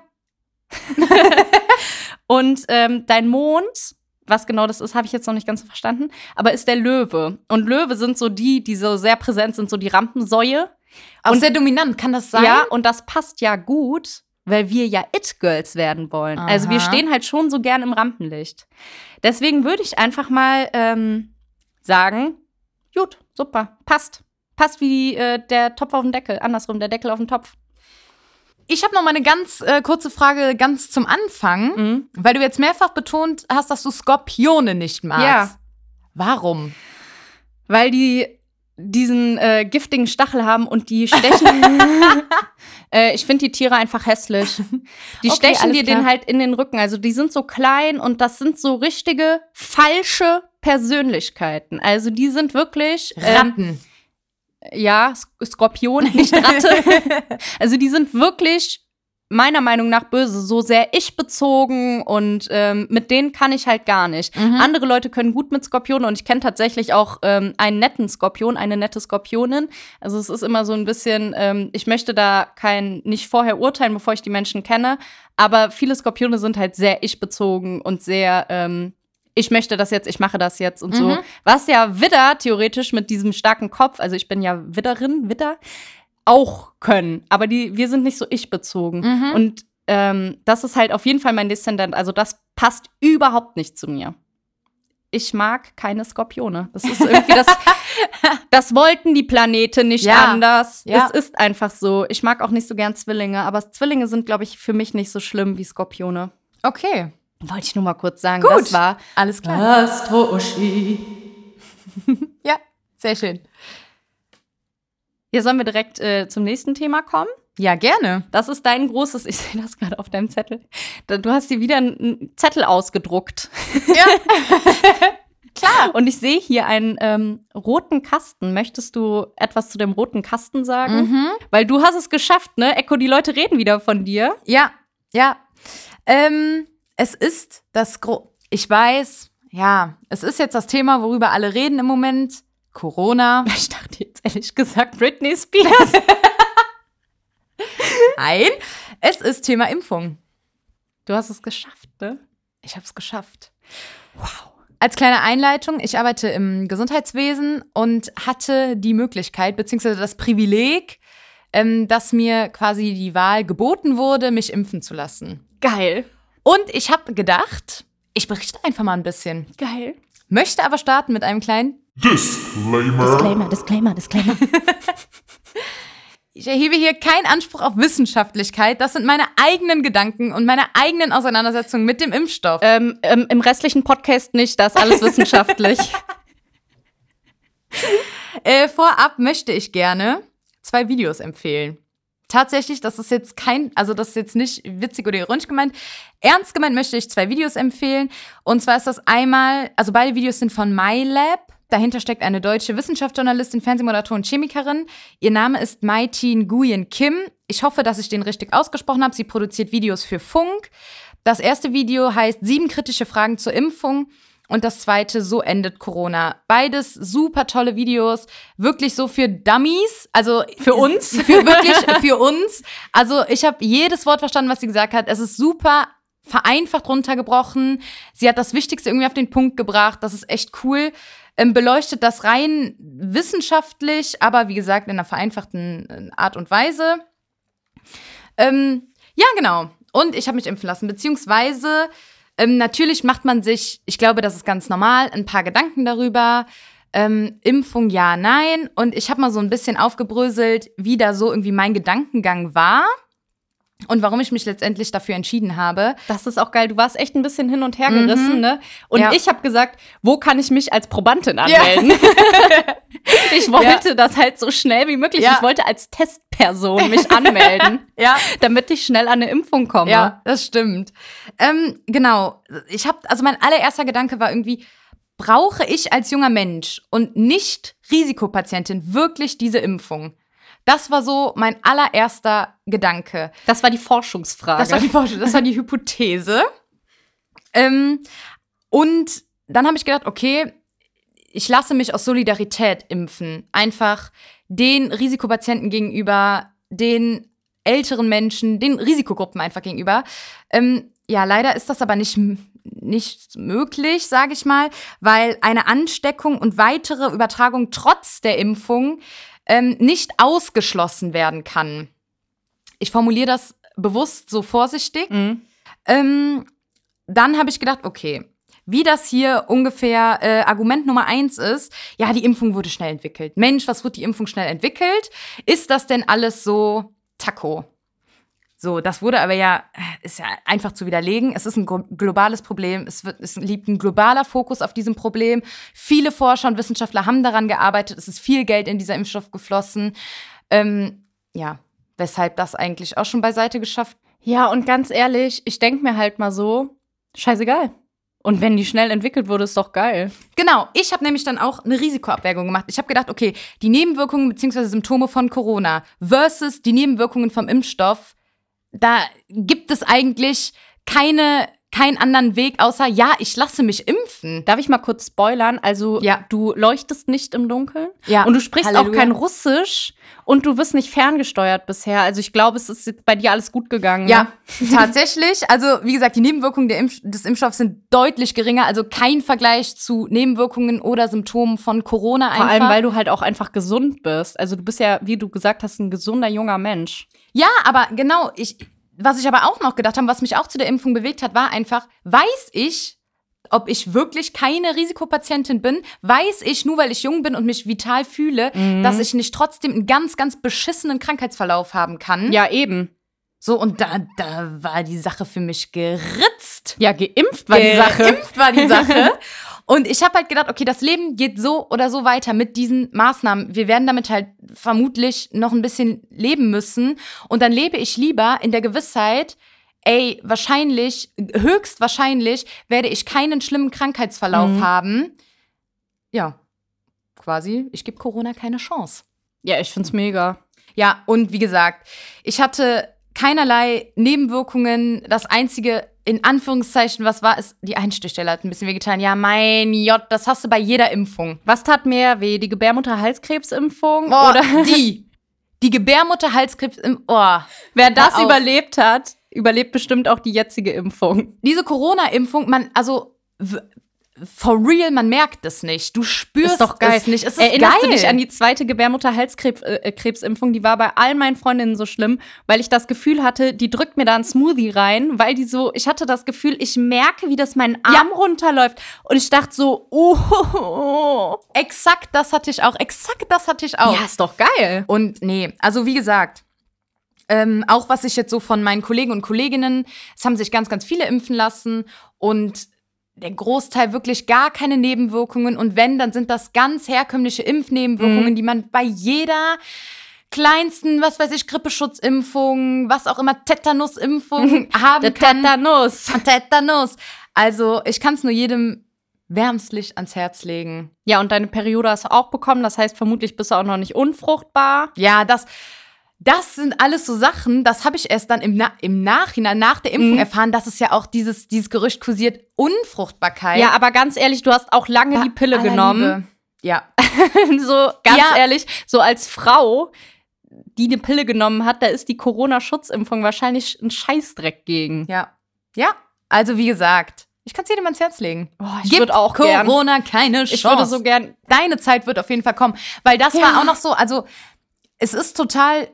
Und ähm, dein Mond, was genau das ist, habe ich jetzt noch nicht ganz verstanden, aber ist der Löwe. Und Löwe sind so die, die so sehr präsent sind, so die Rampensäue.
Auch
Und-
sehr dominant, kann das sein?
Ja, und das passt ja gut, weil wir ja It-Girls werden wollen. Also wir
Aha.
stehen halt schon so gern im Rampenlicht. Deswegen würde ich einfach mal ähm, sagen, gut, super, passt. Passt wie äh, der Topf auf den Deckel, andersrum der Deckel auf den Topf.
Ich habe noch mal eine ganz äh, kurze Frage, ganz zum Anfang.
Mhm.
Weil du jetzt mehrfach betont hast, dass du Skorpione nicht magst.
Ja.
Warum?
Weil die diesen äh, giftigen Stachel haben und die stechen. äh, ich finde die Tiere einfach hässlich. Die
Okay,
stechen
alles
dir
klar.
den halt in den Rücken. Also die sind so klein und das sind so richtige falsche Persönlichkeiten. Also die sind wirklich ähm,
Ratten.
ja Sk- Skorpion, nicht Ratte. also die sind wirklich meiner Meinung nach böse, so sehr ich bezogen und ähm, mit denen kann ich halt gar nicht.
Mhm.
Andere Leute können gut mit Skorpionen und ich kenne tatsächlich auch ähm, einen netten Skorpion, eine nette Skorpionin. Also es ist immer so ein bisschen, ähm, ich möchte da kein, nicht vorher urteilen, bevor ich die Menschen kenne, aber viele Skorpione sind halt sehr ich-bezogen und sehr, ähm, ich möchte das jetzt, ich mache das jetzt und so.
Mhm.
Was ja Widder theoretisch mit diesem starken Kopf, also ich bin ja Widderin, Widder, auch können. Aber die, wir sind nicht so ich-bezogen.
Mhm.
Und ähm, das ist halt auf jeden Fall mein Descendant. Also das passt überhaupt nicht zu mir. Ich mag keine Skorpione. Das ist irgendwie das. das wollten die Planete nicht
Ja,
anders.
ja.
Es ist einfach so. Ich mag auch nicht so gern Zwillinge, aber Zwillinge sind, glaube ich, für mich nicht so schlimm wie Skorpione.
Okay,
Wollte ich nur mal kurz sagen.
Gut.
Das war
alles klar.
Astroshi.
Ja, sehr schön.
Hier sollen wir direkt äh, zum nächsten Thema kommen.
Ja, gerne.
Das ist dein großes, ich sehe das gerade auf deinem Zettel. Da- Du hast dir wieder einen Zettel ausgedruckt.
Ja. Klar.
Und ich sehe hier einen ähm, roten Kasten. Möchtest du etwas zu dem roten Kasten sagen?
Mhm.
Weil du hast es geschafft, ne? Echo, die Leute reden wieder von dir.
Ja, ja. Ähm, es ist das Gro. Ich weiß, ja, es ist jetzt das Thema, worüber alle reden im Moment. Corona.
Ich dachte jetzt ehrlich gesagt Britney Spears.
Nein, es ist Thema Impfung.
Du hast es geschafft, ne?
Ich habe es geschafft. Wow. Als kleine Einleitung, ich arbeite im Gesundheitswesen und hatte die Möglichkeit beziehungsweise das Privileg, ähm, dass mir quasi die Wahl geboten wurde, mich impfen zu lassen.
Geil,
Und ich habe gedacht, ich berichte einfach mal ein bisschen.
geil.
Möchte aber starten mit einem kleinen.
Disclaimer.
Disclaimer, Disclaimer, Disclaimer.
Ich erhebe hier keinen Anspruch auf Wissenschaftlichkeit. Das sind meine eigenen Gedanken und meine eigenen Auseinandersetzungen mit dem Impfstoff.
ähm, ähm, Im restlichen Podcast nicht, da ist alles wissenschaftlich.
Äh, vorab möchte ich gerne zwei Videos empfehlen. Tatsächlich, das ist jetzt kein, also das ist jetzt nicht witzig oder ironisch gemeint. Ernst gemeint möchte ich zwei Videos empfehlen. Und zwar ist das einmal, also beide Videos sind von MyLab. Dahinter steckt eine deutsche Wissenschaftsjournalistin, Fernsehmoderatorin, Chemikerin. Ihr Name ist Maitin Nguyen Kim. Ich hoffe, dass ich den richtig ausgesprochen habe. Sie produziert Videos für Funk. Das erste Video heißt Sieben kritische Fragen zur Impfung und das zweite So endet Corona. Beides super tolle Videos, wirklich so für Dummies, also
Für uns?
für wirklich für uns. Also ich habe jedes Wort verstanden, was sie gesagt hat. Es ist super vereinfacht runtergebrochen. Sie hat das Wichtigste irgendwie auf den Punkt gebracht. Das ist echt cool. ähm, beleuchtet das rein wissenschaftlich, aber wie gesagt in einer vereinfachten äh, Art und Weise. Ähm, ja, genau. Und ich habe mich impfen lassen, beziehungsweise ähm, natürlich macht man sich, ich glaube, das ist ganz normal, ein paar Gedanken darüber. Ähm, Impfung ja, nein. Und ich habe mal so ein bisschen aufgebröselt, wie da so irgendwie mein Gedankengang war und warum ich mich letztendlich dafür entschieden habe.
Das ist auch geil. Du warst echt ein bisschen hin und her gerissen, ne? Und
Ja.
ich habe gesagt, wo kann ich mich als Probandin anmelden? ich wollte das halt so schnell wie möglich.
Ja.
Ich wollte als Testperson mich anmelden,
Ja,
damit ich schnell an eine Impfung komme.
Ja, das stimmt. Ähm, genau. Ich habe, also mein allererster Gedanke war irgendwie, brauche ich als junger Mensch und nicht Risikopatientin wirklich diese Impfung? Das war so mein allererster Gedanke.
Das war die Forschungsfrage.
Das war die, Vorstellung, das war die Hypothese. Ähm, und dann habe ich gedacht, okay, ich lasse mich aus Solidarität impfen. Einfach den Risikopatienten gegenüber, den älteren Menschen, den Risikogruppen einfach gegenüber. Ähm, ja, leider ist das aber nicht, m- nicht möglich, sage ich mal, weil eine Ansteckung und weitere Übertragung trotz der Impfung ähm, nicht ausgeschlossen werden kann. Ich formuliere das bewusst so vorsichtig.
Mhm.
Ähm, dann habe ich gedacht, okay, wie das hier ungefähr äh, Argument Nummer eins ist, ja, die Impfung wurde schnell entwickelt. Mensch, was wird die Impfung schnell entwickelt? Ist das denn alles so Taco? So, das wurde aber ja, äh, ist ja einfach zu widerlegen. Es ist ein gro- globales Problem. Es, wird, es liegt ein globaler Fokus auf diesem Problem. Viele Forscher und Wissenschaftler haben daran gearbeitet. Es ist viel Geld in dieser Impfstoff geflossen. Ähm, ja, weshalb das eigentlich auch schon beiseite geschafft
Ja, und ganz ehrlich, ich denke mir halt mal so, scheißegal. Und wenn die schnell entwickelt wurde, ist doch geil.
Genau, ich habe nämlich dann auch eine Risikoabwägung gemacht. Ich habe gedacht, okay, die Nebenwirkungen bzw. Symptome von Corona versus die Nebenwirkungen vom Impfstoff, da gibt es eigentlich keine, keinen anderen Weg, außer ja, ich lasse mich impfen.
Darf ich mal kurz spoilern? Also,
Ja.
du leuchtest nicht im Dunkeln
Ja,
und du sprichst auch
Halleluja.
kein Russisch und du wirst nicht ferngesteuert bisher. Also, ich glaube, es ist jetzt bei dir alles gut gegangen.
Ja,
ne?
tatsächlich. Also, wie gesagt, die Nebenwirkungen der Impf des Impfstoffs sind deutlich geringer. Also kein Vergleich zu Nebenwirkungen oder Symptomen von Corona
Vor
einfach.
allem, weil du halt auch einfach gesund bist. Also, du bist ja, wie du gesagt hast, ein gesunder junger Mensch.
Ja, aber genau, ich, was ich aber auch noch gedacht habe, was mich auch zu der Impfung bewegt hat, war einfach, weiß ich, ob ich wirklich keine Risikopatientin bin, weiß ich nur, weil ich jung bin und mich vital fühle, dass ich nicht trotzdem einen ganz, ganz beschissenen Krankheitsverlauf haben kann.
Ja, eben.
So, und da, da war die Sache für mich geritzt.
Ja, geimpft war die Sache.
Geimpft war die Sache. Und ich habe halt gedacht, okay, das Leben geht so oder so weiter mit diesen Maßnahmen. Wir werden damit halt vermutlich noch ein bisschen leben müssen. Und dann lebe ich lieber in der Gewissheit, ey, wahrscheinlich, höchstwahrscheinlich werde ich keinen schlimmen Krankheitsverlauf
Mhm.
haben. Ja, quasi, ich gebe Corona keine Chance.
Ja, ich find's mega.
Ja, und wie gesagt, ich hatte keinerlei Nebenwirkungen. Das einzige, in Anführungszeichen, was war, ist, die Einstichstelle hat ein bisschen wehgetan. Ja, mein J, das hast du bei jeder Impfung.
Was tat mehr weh? Die Gebärmutter-Halskrebsimpfung?
Oder
Oder
die. Die Gebärmutter-Halskrebs im Ohr.
wer das
auf.
überlebt hat, überlebt bestimmt auch die jetzige Impfung.
Diese Corona-Impfung, man, also, w- for real, man merkt es nicht. Du spürst es nicht. Es ist
Erinnerst
geil.
du dich an die zweite Gebärmutter-Halskrebsimpfung? Die war bei all meinen Freundinnen so schlimm, weil ich das Gefühl hatte, die drückt mir da einen Smoothie rein, weil die so, ich hatte das Gefühl, ich merke, wie das meinen Arm runterläuft. Und ich dachte so, oh, oh, oh.
Exakt das hatte ich auch. Exakt das hatte ich auch.
ja, ist doch geil.
Und nee, also wie gesagt, ähm, auch was ich jetzt so von meinen Kollegen und Kolleginnen, es haben sich ganz, ganz viele impfen lassen und der Großteil wirklich gar keine Nebenwirkungen. Und wenn, dann sind das ganz herkömmliche Impfnebenwirkungen,
Mhm.
die man bei jeder kleinsten, was weiß ich, Grippeschutzimpfung, was auch immer, Tetanusimpfung haben
Der
kann.
Tetanus.
Tetanus. Also ich kann es nur jedem wärmstlich ans Herz legen.
Ja, und deine Periode hast du auch bekommen. Das heißt, vermutlich bist du auch noch nicht unfruchtbar.
Ja, das, das sind alles so Sachen, das habe ich erst dann im, Na im Nachhinein, nach der Impfung
Mhm.
erfahren, dass es ja auch dieses, dieses Gerücht kursiert, Unfruchtbarkeit.
Ja, aber ganz ehrlich, du hast auch lange
Bei
die Pille
aller
genommen.
Liebe. Ja.
so ganz
Ja.
ehrlich, so als Frau, die eine Pille genommen hat, da ist die Corona-Schutzimpfung wahrscheinlich ein Scheißdreck gegen.
Ja. Ja. Also, wie gesagt, Ich kann es jedem ans Herz legen.
Oh, ich würd auch gern.
Corona keine Chance.
Ich würde so gern.
Deine Zeit wird auf jeden Fall kommen. Weil das
Ja.
war auch noch so, also es ist total,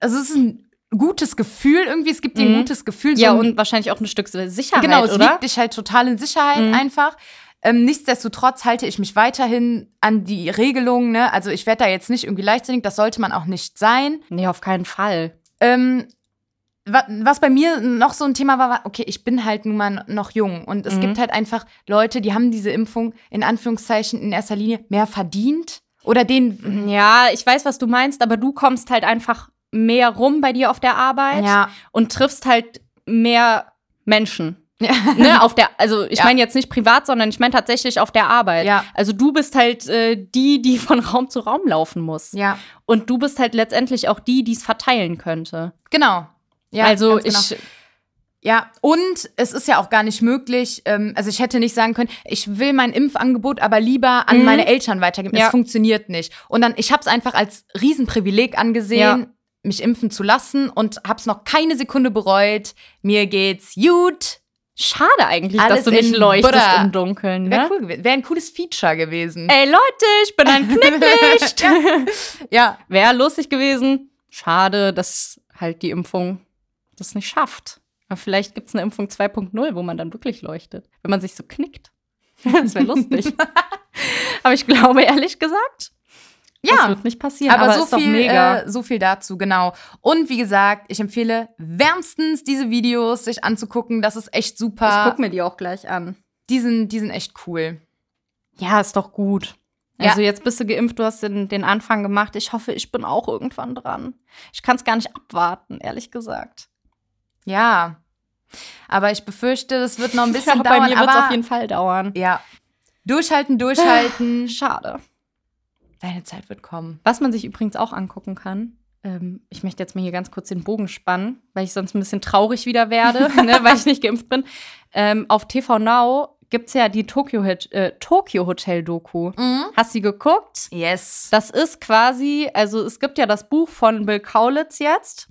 also es ist ein gutes Gefühl irgendwie, es gibt dir
Mhm.
ein gutes Gefühl.
Ja,
so ein,
und wahrscheinlich auch ein Stück Sicherheit,
Genau, es
oder?
wiegt dich halt total in Sicherheit
Mhm.
einfach. Ähm, nichtsdestotrotz halte ich mich weiterhin an die Regelungen. Ne? Also ich werde da jetzt nicht irgendwie leichtsinnig, das sollte man auch nicht sein.
Nee, auf keinen Fall.
Ähm, wa- was bei mir noch so ein Thema war, war, okay, ich bin halt nun mal noch jung und es
Mhm.
gibt halt einfach Leute, die haben diese Impfung in Anführungszeichen in erster Linie mehr verdient oder den
Ja, ich weiß, was du meinst, aber du kommst halt einfach mehr rum bei dir auf der Arbeit
halt
und triffst halt mehr Menschen. ne, auf der, also ich
Ja.
meine jetzt nicht privat, sondern ich meine tatsächlich auf der Arbeit.
Ja.
Also du bist halt äh, die, die von Raum zu Raum laufen muss.
ja,
Und du bist halt letztendlich auch die, die es verteilen könnte.
genau. Ja,
also
ganz genau.
ich,
Ja, und es ist ja auch gar nicht möglich. Ähm, also ich hätte nicht sagen können, ich will mein Impfangebot aber lieber an
Mhm.
meine Eltern weitergeben.
Ja.
Es funktioniert nicht. Und dann, ich habe es einfach als Riesenprivileg angesehen,
Ja.
mich impfen zu lassen und habe es noch keine Sekunde bereut. Mir geht's gut.
schade eigentlich, dass
Alles
du nicht
in
leuchtest
Butter.
im Dunkeln.
Wäre
Ne?
cool gewesen. Wäre ein cooles Feature gewesen.
Ey Leute, ich bin ein Knicklicht. Äh,
Ja,
Wäre lustig gewesen. Schade, dass halt die Impfung das nicht schafft. Aber vielleicht gibt es eine Impfung 2.0, wo man dann wirklich leuchtet, wenn man sich so knickt. Das wäre lustig. aber ich glaube, ehrlich gesagt, das
ja.
wird nicht passieren.
Aber,
Aber,
so,
ist doch
viel,
mega.
Äh, so viel dazu, genau. Und wie gesagt, ich empfehle wärmstens diese Videos sich anzugucken. Das ist echt super.
ich gucke mir die auch gleich an.
Die sind, die sind echt cool.
Ja, ist doch gut.
Ja.
Also jetzt bist du geimpft, du hast den, den Anfang gemacht. Ich hoffe, ich bin auch irgendwann dran. Ich kann es gar nicht abwarten, ehrlich gesagt.
Ja. Aber ich befürchte, das wird noch ein bisschen
ja,
dauern.
bei mir wird es
aber
auf jeden Fall dauern.
Ja. Durchhalten, durchhalten.
Schade.
Deine Zeit wird kommen.
Was man sich übrigens auch angucken kann, ähm, ich möchte jetzt mal hier ganz kurz den Bogen spannen, weil ich sonst ein bisschen traurig wieder werde, ne, weil ich nicht geimpft bin. Ähm, auf TV Now gibt es ja die Tokyo, Hit- äh, Tokyo Hotel Doku. Hast du die geguckt?
Yes.
Das ist quasi, also es gibt ja das Buch von Bill Kaulitz jetzt.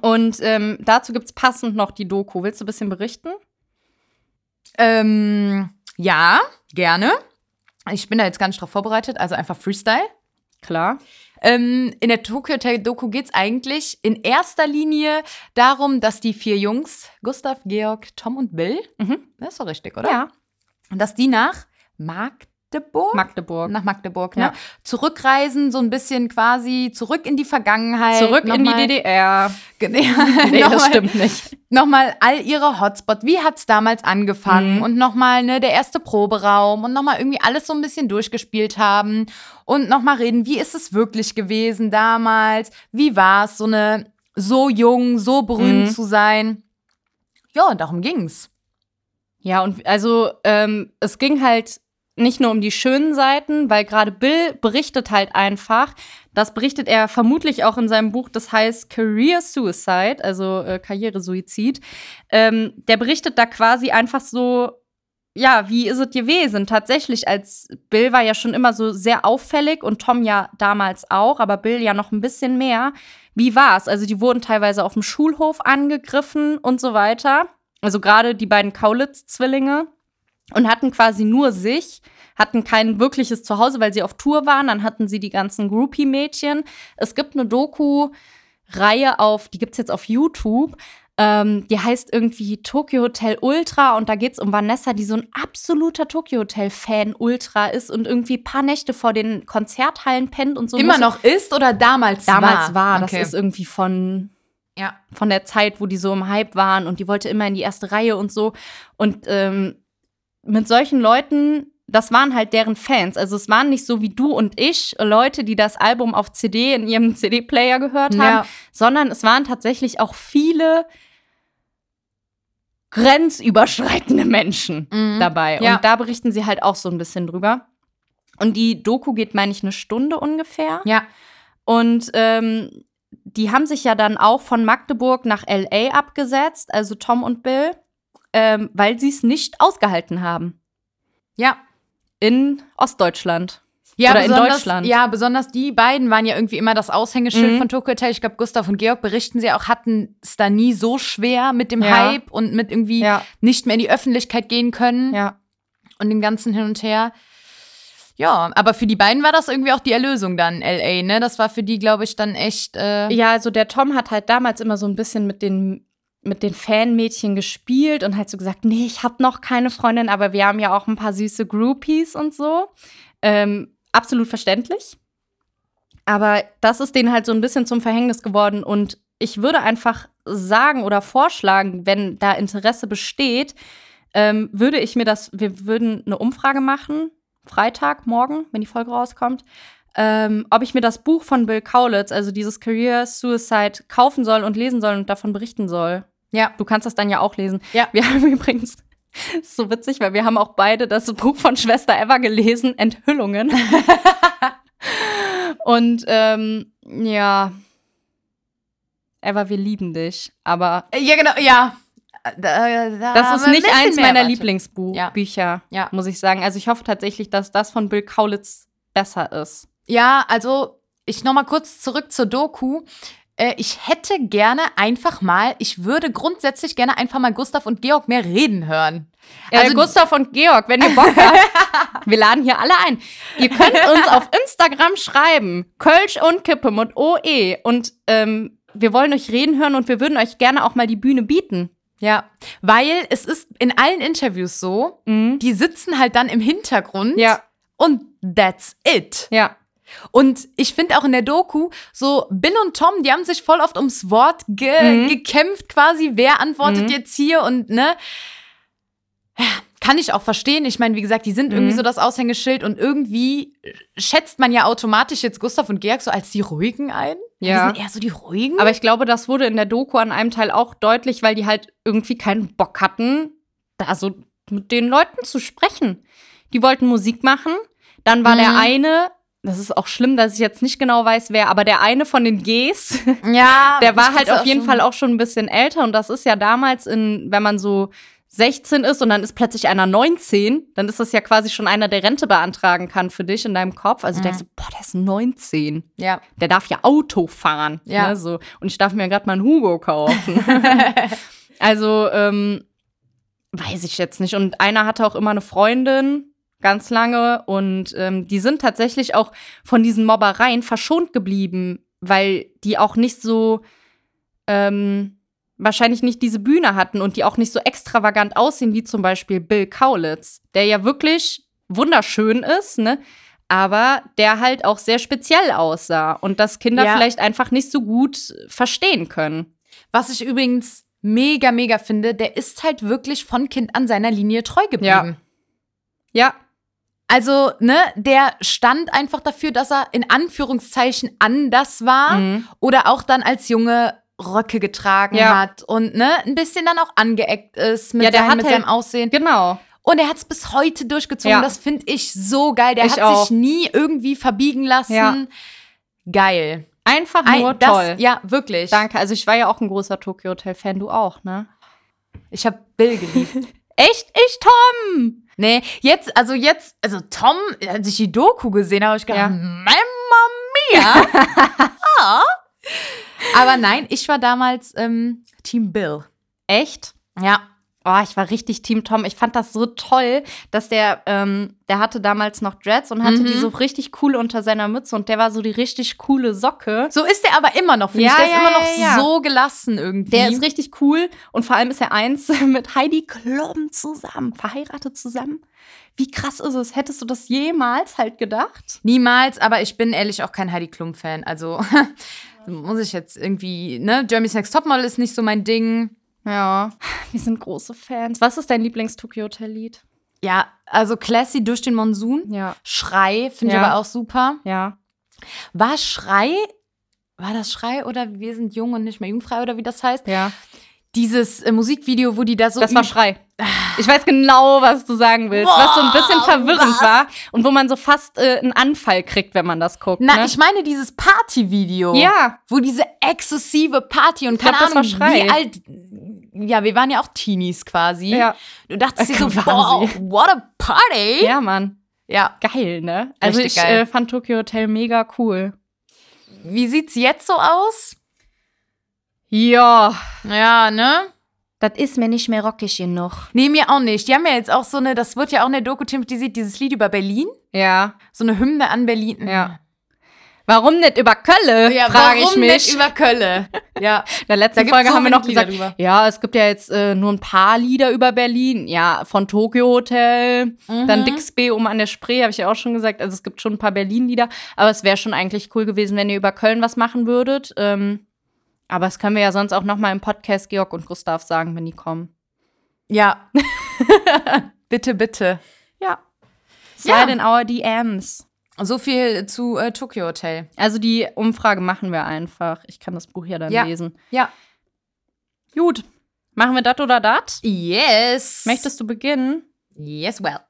Und ähm, dazu gibt es passend noch die Doku. Willst du ein bisschen berichten?
Ähm, ja, gerne. Ich bin da jetzt gar nicht drauf vorbereitet, also einfach Freestyle.
Klar.
Ähm, in der Tokyo Hotel Doku geht es eigentlich in erster Linie darum, dass die vier Jungs, Gustav, Georg, Tom und Bill,
Mhm.
das ist doch richtig, oder?
Ja.
Und dass die nach Magdeburg.
Magdeburg.
nach Magdeburg, ne?
Ja.
Zurückreisen, so ein bisschen quasi zurück in die Vergangenheit.
Zurück in die
nochmal-
DDR.
Ja,
Nee, das
nochmal-
stimmt nicht.
Nochmal all ihre Hotspots. Wie hat's damals angefangen?
Mhm.
Und nochmal, ne, der erste Proberaum und nochmal irgendwie alles so ein bisschen durchgespielt haben und nochmal reden, wie ist es wirklich gewesen damals? Wie war's, so eine, so jung, so berühmt
Mhm.
zu sein? Ja, darum ging's.
Ja, und also ähm, es ging halt nicht nur um die schönen Seiten, weil gerade Bill berichtet halt einfach, das berichtet er vermutlich auch in seinem Buch, das heißt Career Suicide, also äh, Karrieresuizid. Ähm, der berichtet da quasi einfach so, ja, wie ist es gewesen? Tatsächlich, als Bill war ja schon immer so sehr auffällig und Tom ja damals auch, aber Bill ja noch ein bisschen mehr. Wie war's? Also, die wurden teilweise auf dem Schulhof angegriffen und so weiter. Also, gerade die beiden Kaulitz-Zwillinge und hatten quasi nur sich, hatten kein wirkliches Zuhause, weil sie auf Tour waren. Dann hatten sie die ganzen Groupie-Mädchen. Es gibt eine Doku-Reihe auf, die gibt's jetzt auf YouTube. Ähm, die heißt irgendwie Tokyo Hotel Ultra und da geht's um Vanessa, die so ein absoluter Tokyo Hotel Fan Ultra ist und irgendwie ein paar Nächte vor den Konzerthallen pennt und so.
Immer
Muss-
noch ist oder damals,
damals war.
Okay.
Das ist irgendwie von,
ja.
von der Zeit, wo die so im Hype waren und die wollte immer in die erste Reihe und so. Und ähm, mit solchen Leuten, das waren halt deren Fans. Also es waren nicht so wie du und ich Leute, die das Album auf CD in ihrem CD-Player gehört haben,
Ja.
sondern es waren tatsächlich auch viele grenzüberschreitende Menschen
Mhm.
dabei.
Ja.
Und da berichten sie halt auch so ein bisschen drüber. Und die Doku geht, meine ich, eine Stunde ungefähr.
Ja.
Und ähm, die haben sich ja dann auch von Magdeburg nach LA abgesetzt, also Tom und Bill, ähm, weil sie es nicht ausgehalten haben
Ja.
in Ostdeutschland.
Ja,
Oder in
besonders-
Deutschland.
Ja, besonders die beiden waren ja irgendwie immer das Aushängeschild
Mhm.
von Tokyo Hotel. Ich glaube, Gustav und Georg berichten sie auch, hatten es da nie so schwer mit dem
Ja.
Hype und mit irgendwie
Ja.
nicht mehr in die Öffentlichkeit gehen können
Ja.
und dem ganzen hin und her. Ja, aber für die beiden war das irgendwie auch die Erlösung dann, LA, ne? Das war für die, glaube ich, dann echt. Äh,
Ja, also der Tom hat halt damals immer so ein bisschen mit den mit den Fanmädchen gespielt und halt so gesagt, nee, ich habe noch keine Freundin, aber wir haben ja auch ein paar süße Groupies und so. Ähm, absolut verständlich. Aber das ist denen halt so ein bisschen zum Verhängnis geworden und ich würde einfach sagen oder vorschlagen, wenn da Interesse besteht, ähm, würde ich mir das, wir würden eine Umfrage machen, Freitag, morgen, wenn die Folge rauskommt, ähm, ob ich mir das Buch von Bill Kaulitz, also dieses Career Suicide, kaufen soll und lesen soll und davon berichten soll.
Ja.
Du kannst das dann ja auch lesen.
Ja.
Wir haben übrigens, ist so witzig, weil wir haben auch beide das Buch von Schwester Eva gelesen, Enthüllungen. und ähm, ja, Eva, wir lieben dich, aber
ja, genau, ja. Da- da
das
haben
ist
wir ein
nicht
bisschen
eins
mehr
meiner
erwartet. Ja.
Lieblingsbücher,
Ja.
muss ich sagen. Also ich hoffe tatsächlich, dass das von Bill Kaulitz besser ist.
Ja, also ich noch mal kurz zurück zur Doku. Äh, Ich hätte gerne einfach mal, ich würde grundsätzlich gerne einfach mal Gustav und Georg mehr reden hören.
Also Gustav und Georg, wenn ihr Bock habt, wir laden hier alle ein. Ihr könnt uns auf Instagram schreiben, Kölsch und Kippe mit OE. Und ähm, wir wollen euch reden hören und wir würden euch gerne auch mal die Bühne bieten.
Ja, weil es ist in allen Interviews so,
Mhm.
die sitzen halt dann im Hintergrund
Ja.
und that's it.
Ja,
Und ich finde auch in der Doku, so Bill und Tom, die haben sich voll oft ums Wort ge
Mhm.
gekämpft, quasi, wer antwortet
Mhm.
jetzt hier und ne. Ja, Kann ich auch verstehen. Ich meine, wie gesagt, die sind irgendwie
Mhm.
so das Aushängeschild und irgendwie schätzt man ja automatisch jetzt Gustav und Georg so als die Ruhigen ein.
ja.
Die sind eher so die Ruhigen.
Aber ich glaube, das wurde in der Doku an einem Teil auch deutlich, weil die halt irgendwie keinen Bock hatten, da so mit den Leuten zu sprechen. Die wollten Musik machen. Dann war der
Mhm.
eine, das ist auch schlimm, dass ich jetzt nicht genau weiß, wer, aber der eine von den Gs,
ja,
der war
ich
halt
kann's
auf jeden
schon-
Fall auch schon ein bisschen älter. Und das ist ja damals in, wenn man so 16 ist und dann ist plötzlich einer 19, dann ist das ja quasi schon einer, der Rente beantragen kann für dich in deinem Kopf. Also
Mhm.
denkst du, boah, der ist 19
Ja.
der darf ja Auto fahren.
Ja.
Ne, so. Und ich darf mir gerade mal einen Hugo kaufen. also, ähm, weiß ich jetzt nicht. Und einer hatte auch immer eine Freundin, ganz lange. Und ähm, die sind tatsächlich auch von diesen Mobbereien verschont geblieben, weil die auch nicht so. Ähm, wahrscheinlich nicht diese Bühne hatten und die auch nicht so extravagant aussehen wie zum Beispiel Bill Kaulitz, der ja wirklich wunderschön ist, ne? aber der halt auch sehr speziell aussah und das Kinder
Ja.
vielleicht einfach nicht so gut verstehen können.
Was ich übrigens mega, mega finde, der ist halt wirklich von Kind an seiner Linie treu
Ja.
geblieben.
Ja,
Also, ne, der stand einfach dafür, dass er in Anführungszeichen anders war
Mhm.
oder auch dann als Junge Röcke getragen
Ja.
hat und ne, ein bisschen dann auch angeeckt ist mit,
Ja, der
seinem-
hat
mit
halt-
seinem Aussehen.
genau.
Und er hat es bis heute durchgezogen.
Ja.
Das finde ich so geil. Der
Ich
hat
auch.
sich nie irgendwie verbiegen lassen.
Ja.
Geil.
Einfach
Ein-
nur
das,
toll.
Ja, wirklich.
Danke. Also ich war ja auch ein großer Tokyo Hotel Fan, du auch, ne?
Ich habe Bill geliebt.
Echt? Ich Tom.
Nee, jetzt, also jetzt, also Tom, als ich die Doku gesehen habe, habe ich
Ja.
gedacht, Mamma mia! ah. Aber nein, ich war damals ähm, Team Bill.
Echt?
Ja.
Oh, ich war richtig Team Tom. Ich fand das so toll, dass der, ähm, der hatte damals noch Dreads und hatte
Mhm.
die so richtig cool unter seiner Mütze und der war so die richtig coole Socke.
So ist er aber immer noch, finde
Ja,
ich. Der
ja,
ist immer
ja,
noch
ja.
so gelassen irgendwie.
Der ist richtig cool und vor allem ist er eins mit Heidi Klum zusammen, verheiratet zusammen. Wie krass ist es? Hättest du das jemals halt gedacht?
Niemals, aber ich bin ehrlich auch kein Heidi Klum-Fan. Also muss ich jetzt irgendwie, ne? Jeremy's Next Topmodel ist nicht so mein Ding.
Ja. Wir sind große Fans. Was ist dein Lieblings-Tokyo-Hotel-Lied?
Ja, also Classy durch den Monsun.
Ja.
Schrei finde ich
Ja.
aber auch super.
Ja.
War Schrei, war das Schrei oder wir sind jung und nicht mehr jungfrei oder wie das heißt?
Ja.
Dieses äh, Musikvideo, wo die da so.
Das war
üb-
Schrei. Ich weiß genau, was du sagen willst. was so ein bisschen verwirrend war und wo man so fast äh, einen Anfall kriegt, wenn man das guckt.
Na,
ne?
ich meine dieses Partyvideo.
Ja.
Wo diese exzessive Party und
glaub,
keine Ahnung,
das war Schrei.
wie alt. Ja, wir waren ja auch Teenies quasi.
Ja.
Du dachtest dir so,
Quasi.
wow, what a party.
Ja, Mann.
Ja.
Geil, ne? Also
Hm? Richtig
ich
geil.
Äh, fand Tokyo Hotel mega cool.
Wie sieht's jetzt so aus?
Ja,
Ja, ne?
das ist mir nicht mehr rockig genug.
Nee, mir auch nicht. Die haben ja jetzt auch so eine, das wird ja auch in der Doku thematisiert, dieses Lied über Berlin.
Ja.
So eine Hymne an Berlin.
Ja. Warum nicht über Kölle,
Hm. Ja,
frage ich
warum
mich.
nicht über Kölle? Ja.
In der letzten
Da gibt's
Folge
so
haben wir
wenig
noch
Lieder
gesagt,
drüber.
ja, es gibt ja jetzt äh, nur ein paar Lieder über Berlin. Ja, von Tokyo Hotel, dann
Mhm.
Dixby um an der Spree, habe ich ja auch schon gesagt. Also es gibt schon ein paar Berlin-Lieder. Aber es wäre schon eigentlich cool gewesen, wenn ihr über Köln was machen würdet. Ähm, aber das können wir ja sonst auch noch mal im Podcast Georg und Gustav sagen, wenn die kommen.
Ja. bitte, bitte.
Ja.
Ja.
Slide in our DMs.
So viel zu äh, Tokyo Hotel.
Also die Umfrage machen wir einfach. Ich kann das Buch ja dann
Ja.
lesen.
Ja.
Gut. Machen wir dat oder dat?
Yes.
Möchtest du beginnen?
Yes, well.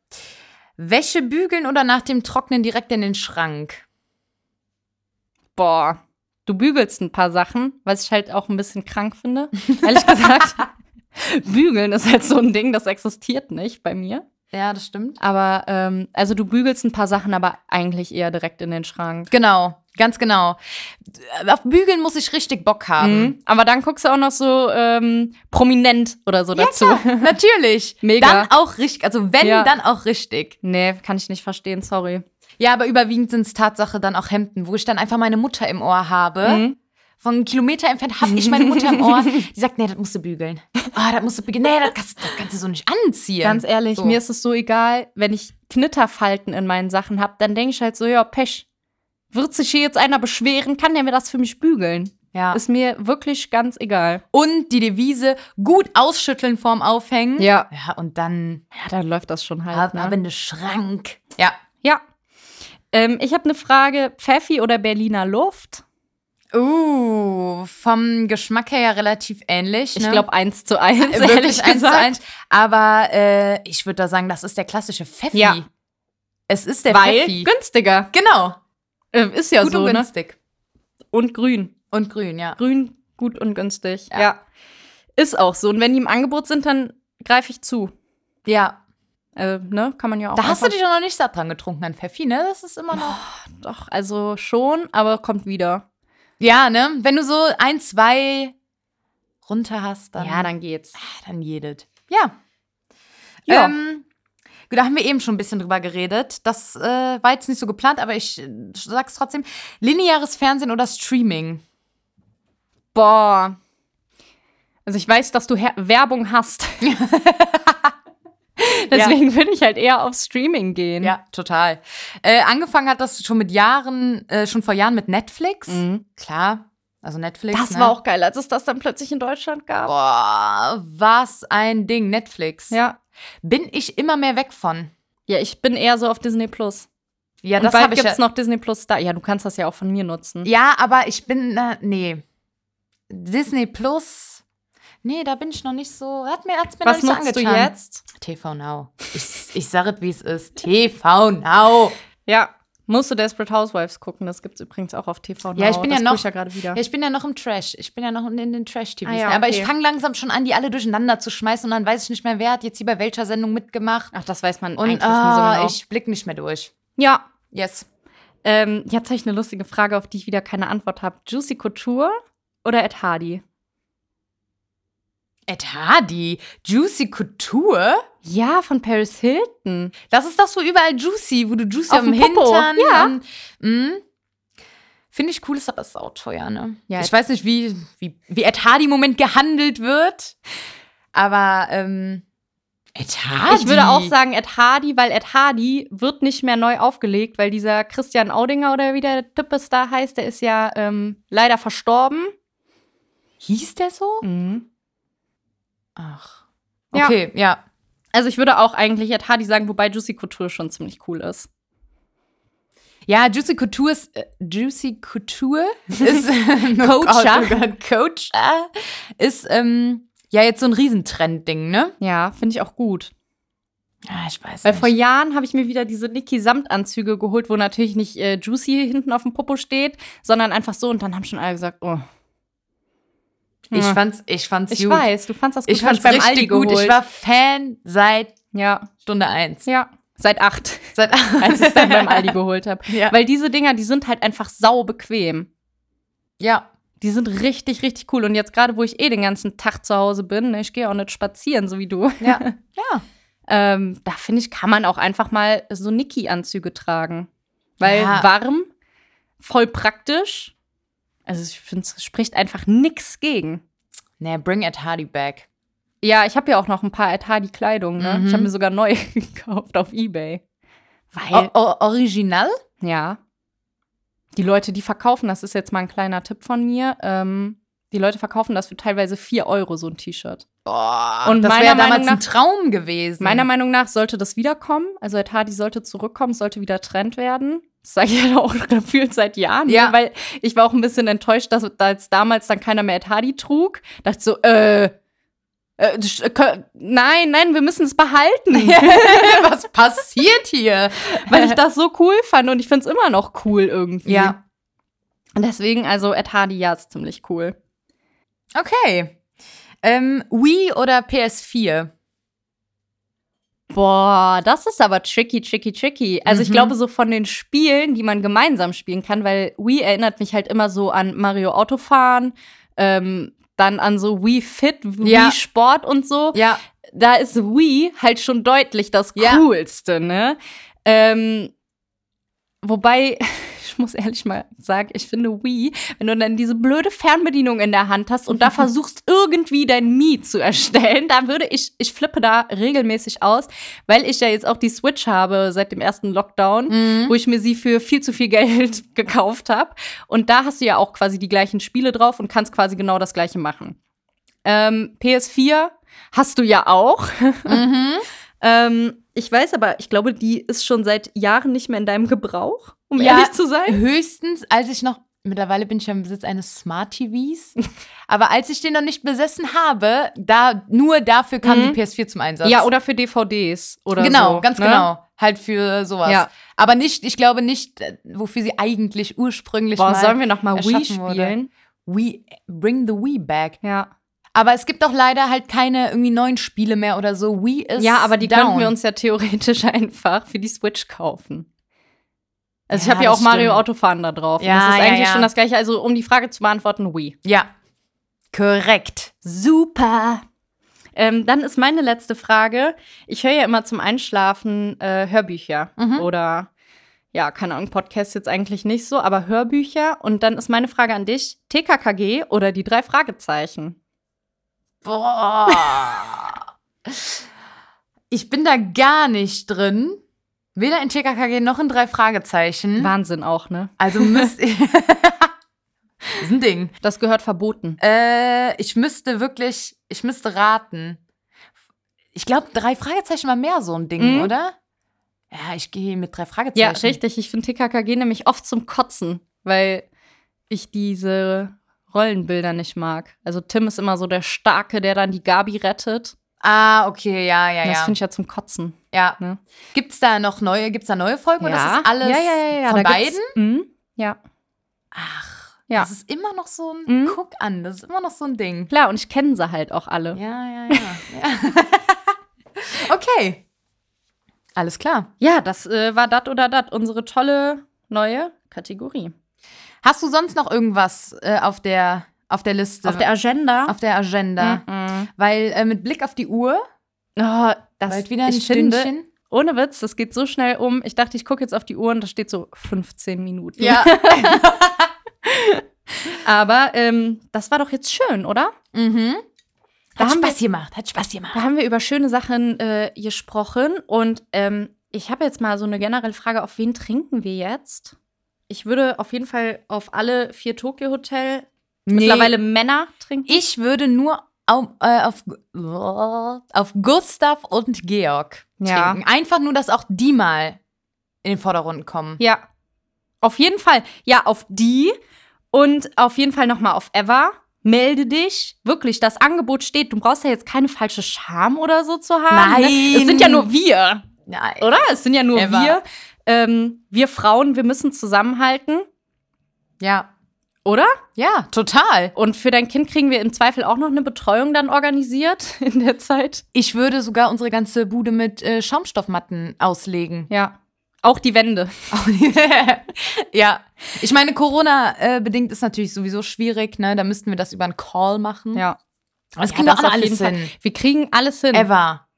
Wäsche bügeln oder nach dem Trocknen direkt in den Schrank?
boah, du bügelst ein paar Sachen, was ich halt auch ein bisschen krank finde. Ehrlich gesagt, bügeln ist halt so ein Ding, das existiert nicht bei mir.
Ja, das stimmt.
Aber, ähm, also du bügelst ein paar Sachen, aber eigentlich eher direkt in den Schrank.
Genau, ganz genau. Auf Bügeln muss ich richtig Bock haben.
Mhm. Aber dann guckst du auch noch so ähm, prominent oder so dazu.
Mhm. Natürlich.
Mega.
Dann auch richtig. Also wenn,
Ja.
dann auch richtig.
Nee, kann ich nicht verstehen, sorry.
Ja, aber überwiegend sind es Tatsache dann auch Hemden, wo ich dann einfach meine Mutter im Ohr habe.
Mhm.
Von einem Kilometer entfernt habe ich meine Mutter im Ohr. Die sagt, nee, das musst du bügeln. Ah, das musst du bügeln. Nee, das kannst, das kannst du so nicht anziehen.
Ganz ehrlich,
So.
mir ist es so egal, wenn ich Knitterfalten in meinen Sachen habe, dann denke ich halt so, ja, Pech. Wird sich hier jetzt einer beschweren, kann der mir das für mich bügeln?
Ja.
Ist mir wirklich ganz egal.
Und die Devise gut ausschütteln vorm Aufhängen.
Ja.
Ja, und dann
Ja, dann läuft das schon halt.
ab,
ne?
ab in den Schrank. Ja.
Ja. Ähm, ich habe eine Frage: Pfeffi oder Berliner Luft?
Uh, vom Geschmack her ja relativ ähnlich.
Ich
ne?
glaube eins zu eins.
Äh, wirklich
ehrlich
eins zu
gesagt.
eins. Aber äh, ich würde da sagen, das ist der klassische Pfeffi.
Ja.
Es ist der
Weil
Pfeffi.
günstiger.
Genau.
Äh, ist ja
gut
so,
und
ne?
günstig.
Und grün.
Und grün, ja.
Grün, gut und günstig.
Ja.
Ja. Ist auch so. Und wenn die im Angebot sind, dann greife ich zu.
Ja.
Äh, ne? Kann man ja auch.
Da hast du
einfach-
dich doch noch nicht satt dran getrunken an Pfeffi, ne? Das ist immer noch.
Doch, also schon, aber kommt wieder.
Ja, ne? Wenn du so ein, zwei runter hast, dann.
dann geht's.
Ah, dann jedet. Ja.
Ja.
Ähm, gut, da haben wir eben schon ein bisschen drüber geredet. Das äh, war jetzt nicht so geplant, aber ich äh, sag's trotzdem. Lineares Fernsehen oder Streaming?
Boah. Also ich weiß, dass du Her Werbung hast. Deswegen würde ich halt eher auf Streaming gehen.
Ja, Hm, total. Äh, angefangen hat das schon mit Jahren, äh, schon vor Jahren mit Netflix.
Mhm.
Klar, also Netflix.
Das
ne?
war auch geil, als es das dann plötzlich in Deutschland gab.
Boah, was ein Ding, Netflix.
Ja.
Bin ich immer mehr weg von.
Ja, ich bin eher so auf Disney Plus.
Ja,
Und
das
bald
habe ich
gibt's
ja.
noch Disney Plus da. Ja, du kannst das ja auch von mir nutzen.
Ja, aber ich bin, äh, nee. Disney Plus. Nee, da bin ich noch nicht so. Hat mir, hat's mir
Was
noch nicht
nutzt
so
du
angetan.
jetzt?
TV Now. Ich, ich sage es, wie es ist. TV Now.
Ja. Musst du Desperate Housewives gucken, das gibt's übrigens auch auf TV Now.
Ja, ich bin ja
das
noch-
guck Ich ja gerade wieder.
Ja, ich bin ja noch im Trash. Ich bin ja noch in den Trash-TVs.
Ah ja,
ne? Aber ich
okay.
fange langsam schon an, die alle durcheinander zu schmeißen und dann weiß ich nicht mehr, wer hat jetzt hier bei welcher Sendung mitgemacht.
Ach, das weiß man
Und
eigentlich nie so
ah,
genau.
ich blick nicht mehr durch.
ja.
Yes.
Ähm, jetzt habe ich eine lustige Frage, auf die ich wieder keine Antwort habe. Juicy Couture oder Ed Hardy?
Ed Hardy, Juicy Couture.
Ja, von Paris Hilton.
Das ist das so überall Juicy, wo du Juicy
Auf
am
dem Popo,
Hintern.
ja.
und- Mhm. Finde ich cool, ist aber sauteuer, ne?
Ja,
ich
Ed-
weiß nicht, wie, wie, wie Ed Hardy im Moment gehandelt wird. Aber ähm, Ed Hardy.
Ich würde auch sagen Ed Hardy, weil Ed Hardy wird nicht mehr neu aufgelegt, weil dieser Christian Audinger oder wie der Typ es da heißt, der ist ja ähm, leider verstorben.
Hieß der so?
Mhm.
Ach.
Ja.
Okay, ja.
Also ich würde auch eigentlich Ed Hardy sagen, wobei Juicy Couture schon ziemlich cool ist.
Ja, Juicy Couture ist. Äh, Juicy Couture ist.
Coacher.
Oh Gott, oh Gott, Coacher ist ähm, ja jetzt so ein Riesentrend-Ding, ne?
Ja, finde ich auch gut.
Ja, ich weiß.
Weil vor Jahren habe ich mir wieder diese Niki Samtanzüge geholt, wo natürlich nicht äh, Juicy hinten auf dem Popo steht, sondern einfach so. Und dann haben schon alle gesagt, oh,
ich
Hm.
fand's, ich fand's
ich
gut.
weiß, du fandst das gut.
Ich
hab
fand's richtig gut. Ich war Fan seit
ja,
Stunde eins.
ja. Seit acht,
Seit
als ich es dann beim Aldi geholt habe.
ja.
Weil diese Dinger, die sind halt einfach sau bequem.
ja.
Die sind richtig, richtig cool. Und jetzt gerade, wo ich eh den ganzen Tag zu Hause bin, ne, ich gehe auch nicht spazieren, so wie du,
Ja. Ja.
ähm, da finde ich, kann man auch einfach mal so Niki-Anzüge tragen. Weil
Ja.
warm, voll praktisch. Also ich finde, es spricht einfach nichts gegen.
Nee, bring it Hardy back.
Ja, ich habe ja auch noch ein paar Atadi-Kleidung. Ne?
Mhm.
Ich habe mir sogar neu gekauft auf Ebay.
O
Weil,
o original?
ja, die Leute, die verkaufen, das ist jetzt mal ein kleiner Tipp von mir, ähm, die Leute verkaufen das für teilweise 4 Euro so ein T-Shirt.
Boah,
Und
das
meiner
wäre
Meinung
damals ein
nach-
Traum gewesen.
Meiner Meinung nach sollte das wiederkommen. Also Atadi sollte zurückkommen, sollte wieder Trend werden. Das sage ich ja auch gefühlt seit Jahren. ne?
Ja.
Weil ich war auch ein bisschen enttäuscht, dass als damals dann keiner mehr Atadi trug. Dachte so, äh, äh, sch- kö- nein, nein, wir müssen es behalten.
Was passiert hier?
weil ich das so cool fand und ich finde es immer noch cool irgendwie.
Ja.
Und deswegen, also Ed Hardy, ja, ist ziemlich cool.
Okay. Ähm, Wii oder PS4?
Boah, das ist aber tricky, tricky, tricky. Also ich
Mhm.
glaube, so von den Spielen, die man gemeinsam spielen kann, weil Wii erinnert mich halt immer so an Mario Autofahren, ähm, dann an so Wii Fit, Wii
Ja.
Sport und so.
Ja.
da ist Wii halt schon deutlich das
Ja.
Coolste, ne? Ähm, wobei, ich muss ehrlich mal sagen, ich finde Wii, wenn du dann diese blöde Fernbedienung in der Hand hast und da versuchst, irgendwie dein Mii zu erstellen, da würde ich, ich flippe da regelmäßig aus, weil ich ja jetzt auch die Switch habe seit dem ersten Lockdown
Mhm.
wo ich mir sie für viel zu viel Geld gekauft habe. Und da hast du ja auch quasi die gleichen Spiele drauf und kannst quasi genau das gleiche machen. Ähm, PS4 hast du ja auch.
Mhm.
Ähm, ich weiß aber, ich glaube, die ist schon seit Jahren nicht mehr in deinem Gebrauch, um
Ja.
ehrlich zu sein.
Höchstens, als ich noch. Mittlerweile bin ich ja im Besitz eines Smart TVs. Aber als ich den noch nicht besessen habe, da, nur dafür kam
Mhm.
die PS4 zum Einsatz.
Ja, oder für DVDs oder so.
genau, ganz
ne?
genau. Halt für sowas.
Ja.
Aber nicht, ich glaube nicht, äh, wofür sie eigentlich ursprünglich
Boah,
mal
sollen wir noch mal Wii
erschaffen wurde.
spielen?
Wii, bring the Wii back.
Ja.
Aber es gibt auch leider halt keine irgendwie neuen Spiele mehr oder so. Wii ist
ja, aber die
down.
könnten wir uns ja theoretisch einfach für die Switch kaufen. Also ich
Ja,
habe ja auch
das
Mario
stimmt.
Autofahren da drauf. und
Ja,
das ist
ja,
eigentlich
ja.
schon das gleiche. Also um die Frage zu beantworten, Wii.
Ja. Korrekt.
Super. Ähm, dann ist meine letzte Frage. Ich höre ja immer zum Einschlafen äh, Hörbücher
Mhm.
oder ja, keine Ahnung, Podcast jetzt eigentlich nicht so, aber Hörbücher. Und dann ist meine Frage an dich: TKKG oder die drei Fragezeichen?
Boah. ich bin da gar nicht drin. Weder in TKKG noch in drei Fragezeichen.
Wahnsinn auch, ne?
Also müsste ich. ist ein Ding.
Das gehört verboten.
Äh, ich müsste wirklich, ich müsste raten. Ich glaube, drei Fragezeichen war mehr so ein Ding,
Mhm.
oder? Ja, ich gehe mit drei Fragezeichen.
Ja, richtig. Ich finde TKKG nämlich oft zum Kotzen, weil ich diese Rollenbilder nicht mag. Also Tim ist immer so der Starke, der dann die Gabi rettet.
Ah, okay, ja, ja,
Und das
ja.
finde ich ja zum Kotzen.
ja.
ne?
Gibt's da noch neue, gibt's da neue Folgen oder ist das alles
ja, ja, ja, ja.
von
da
beiden?
gibt's- Mhm. Ja,
Ach,
Ja.
das ist immer noch so ein
Mhm.
Guck an, das ist immer noch so ein Ding.
klar. Und ich kenne sie halt auch alle.
Ja, ja, ja. ja. okay. Alles klar.
Ja, das äh, war dat oder dat. Unsere tolle neue Kategorie.
Hast du sonst noch irgendwas äh, auf der auf der Liste?
Auf der Agenda.
auf der Agenda?
Mhm.
Weil äh, mit Blick auf die Uhr
Oh, das
bald wieder ein
ich finde,
Stündchen.
ohne Witz, das geht so schnell um. Ich dachte, ich gucke jetzt auf die Uhr und da steht so 15 Minuten.
Ja.
Aber ähm, das war doch jetzt schön, oder?
mhm.
Da
Hat
haben wir-
Spaß gemacht, hat Spaß gemacht.
Da haben wir über schöne Sachen äh, gesprochen und ähm, ich habe jetzt mal so eine generelle Frage, auf wen trinken wir jetzt? Ich würde auf jeden Fall auf alle vier Tokyo Hotel mittlerweile Männer trinken.
Ich würde nur auf, äh, auf, auf Gustav und Georg
Ja.
trinken. Einfach nur, dass auch die mal in den Vordergrund kommen.
Ja. Auf jeden Fall. Ja, auf die und auf jeden Fall nochmal auf Eva. Melde dich. Wirklich, das Angebot steht. Du brauchst ja jetzt keine falsche Scham oder so zu haben. Ne?
Nein.
Es sind ja nur wir.
Nein.
oder? Es sind ja nur
Ever.
wir. Ähm, wir Frauen, wir müssen zusammenhalten.
Ja.
Oder?
Ja, total.
Und für dein Kind kriegen wir im Zweifel auch noch eine Betreuung dann organisiert in der Zeit.
Ich würde sogar unsere ganze Bude mit äh, Schaumstoffmatten auslegen.
Ja. Auch die Wände.
ja. Ich meine, Corona-bedingt ist natürlich sowieso schwierig, ne? Da müssten wir das über einen Call machen.
Ja.
Aber das
Ja,
kriegen wir auch noch
auf jeden
alles
Fall.
hin.
Wir kriegen alles hin.
Ever.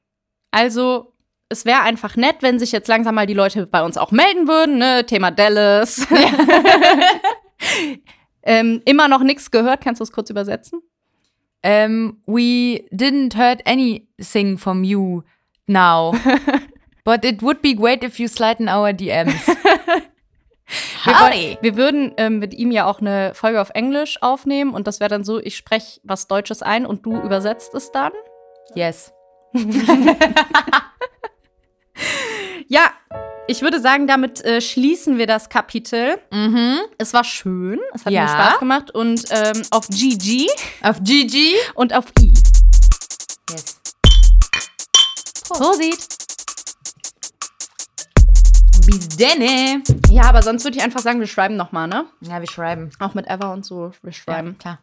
Also, es wäre einfach nett, wenn sich jetzt langsam mal die Leute bei uns auch melden würden. Ne? Thema Dallas. ähm, immer noch nichts gehört. Kannst du es kurz übersetzen?
Ähm, we didn't heard anything from you now. But it would be great if you slide in our DMs. Howdy.
Wir würden ähm, mit ihm ja auch eine Folge auf Englisch aufnehmen und das wäre dann so, ich spreche was Deutsches ein und du übersetzt es dann.
Yes.
Ja, ich würde sagen, damit äh, schließen wir das Kapitel.
Mhm.
Es war schön, es hat
Ja.
mir Spaß gemacht und ähm, auf GG
Auf GG.
und auf I.
Yes.
Prosit!
Bis denne.
Ja, aber sonst würde ich einfach sagen, wir schreiben nochmal, ne?
Ja, wir schreiben.
Auch mit Ever und so, wir
Ja,
schreiben.
klar.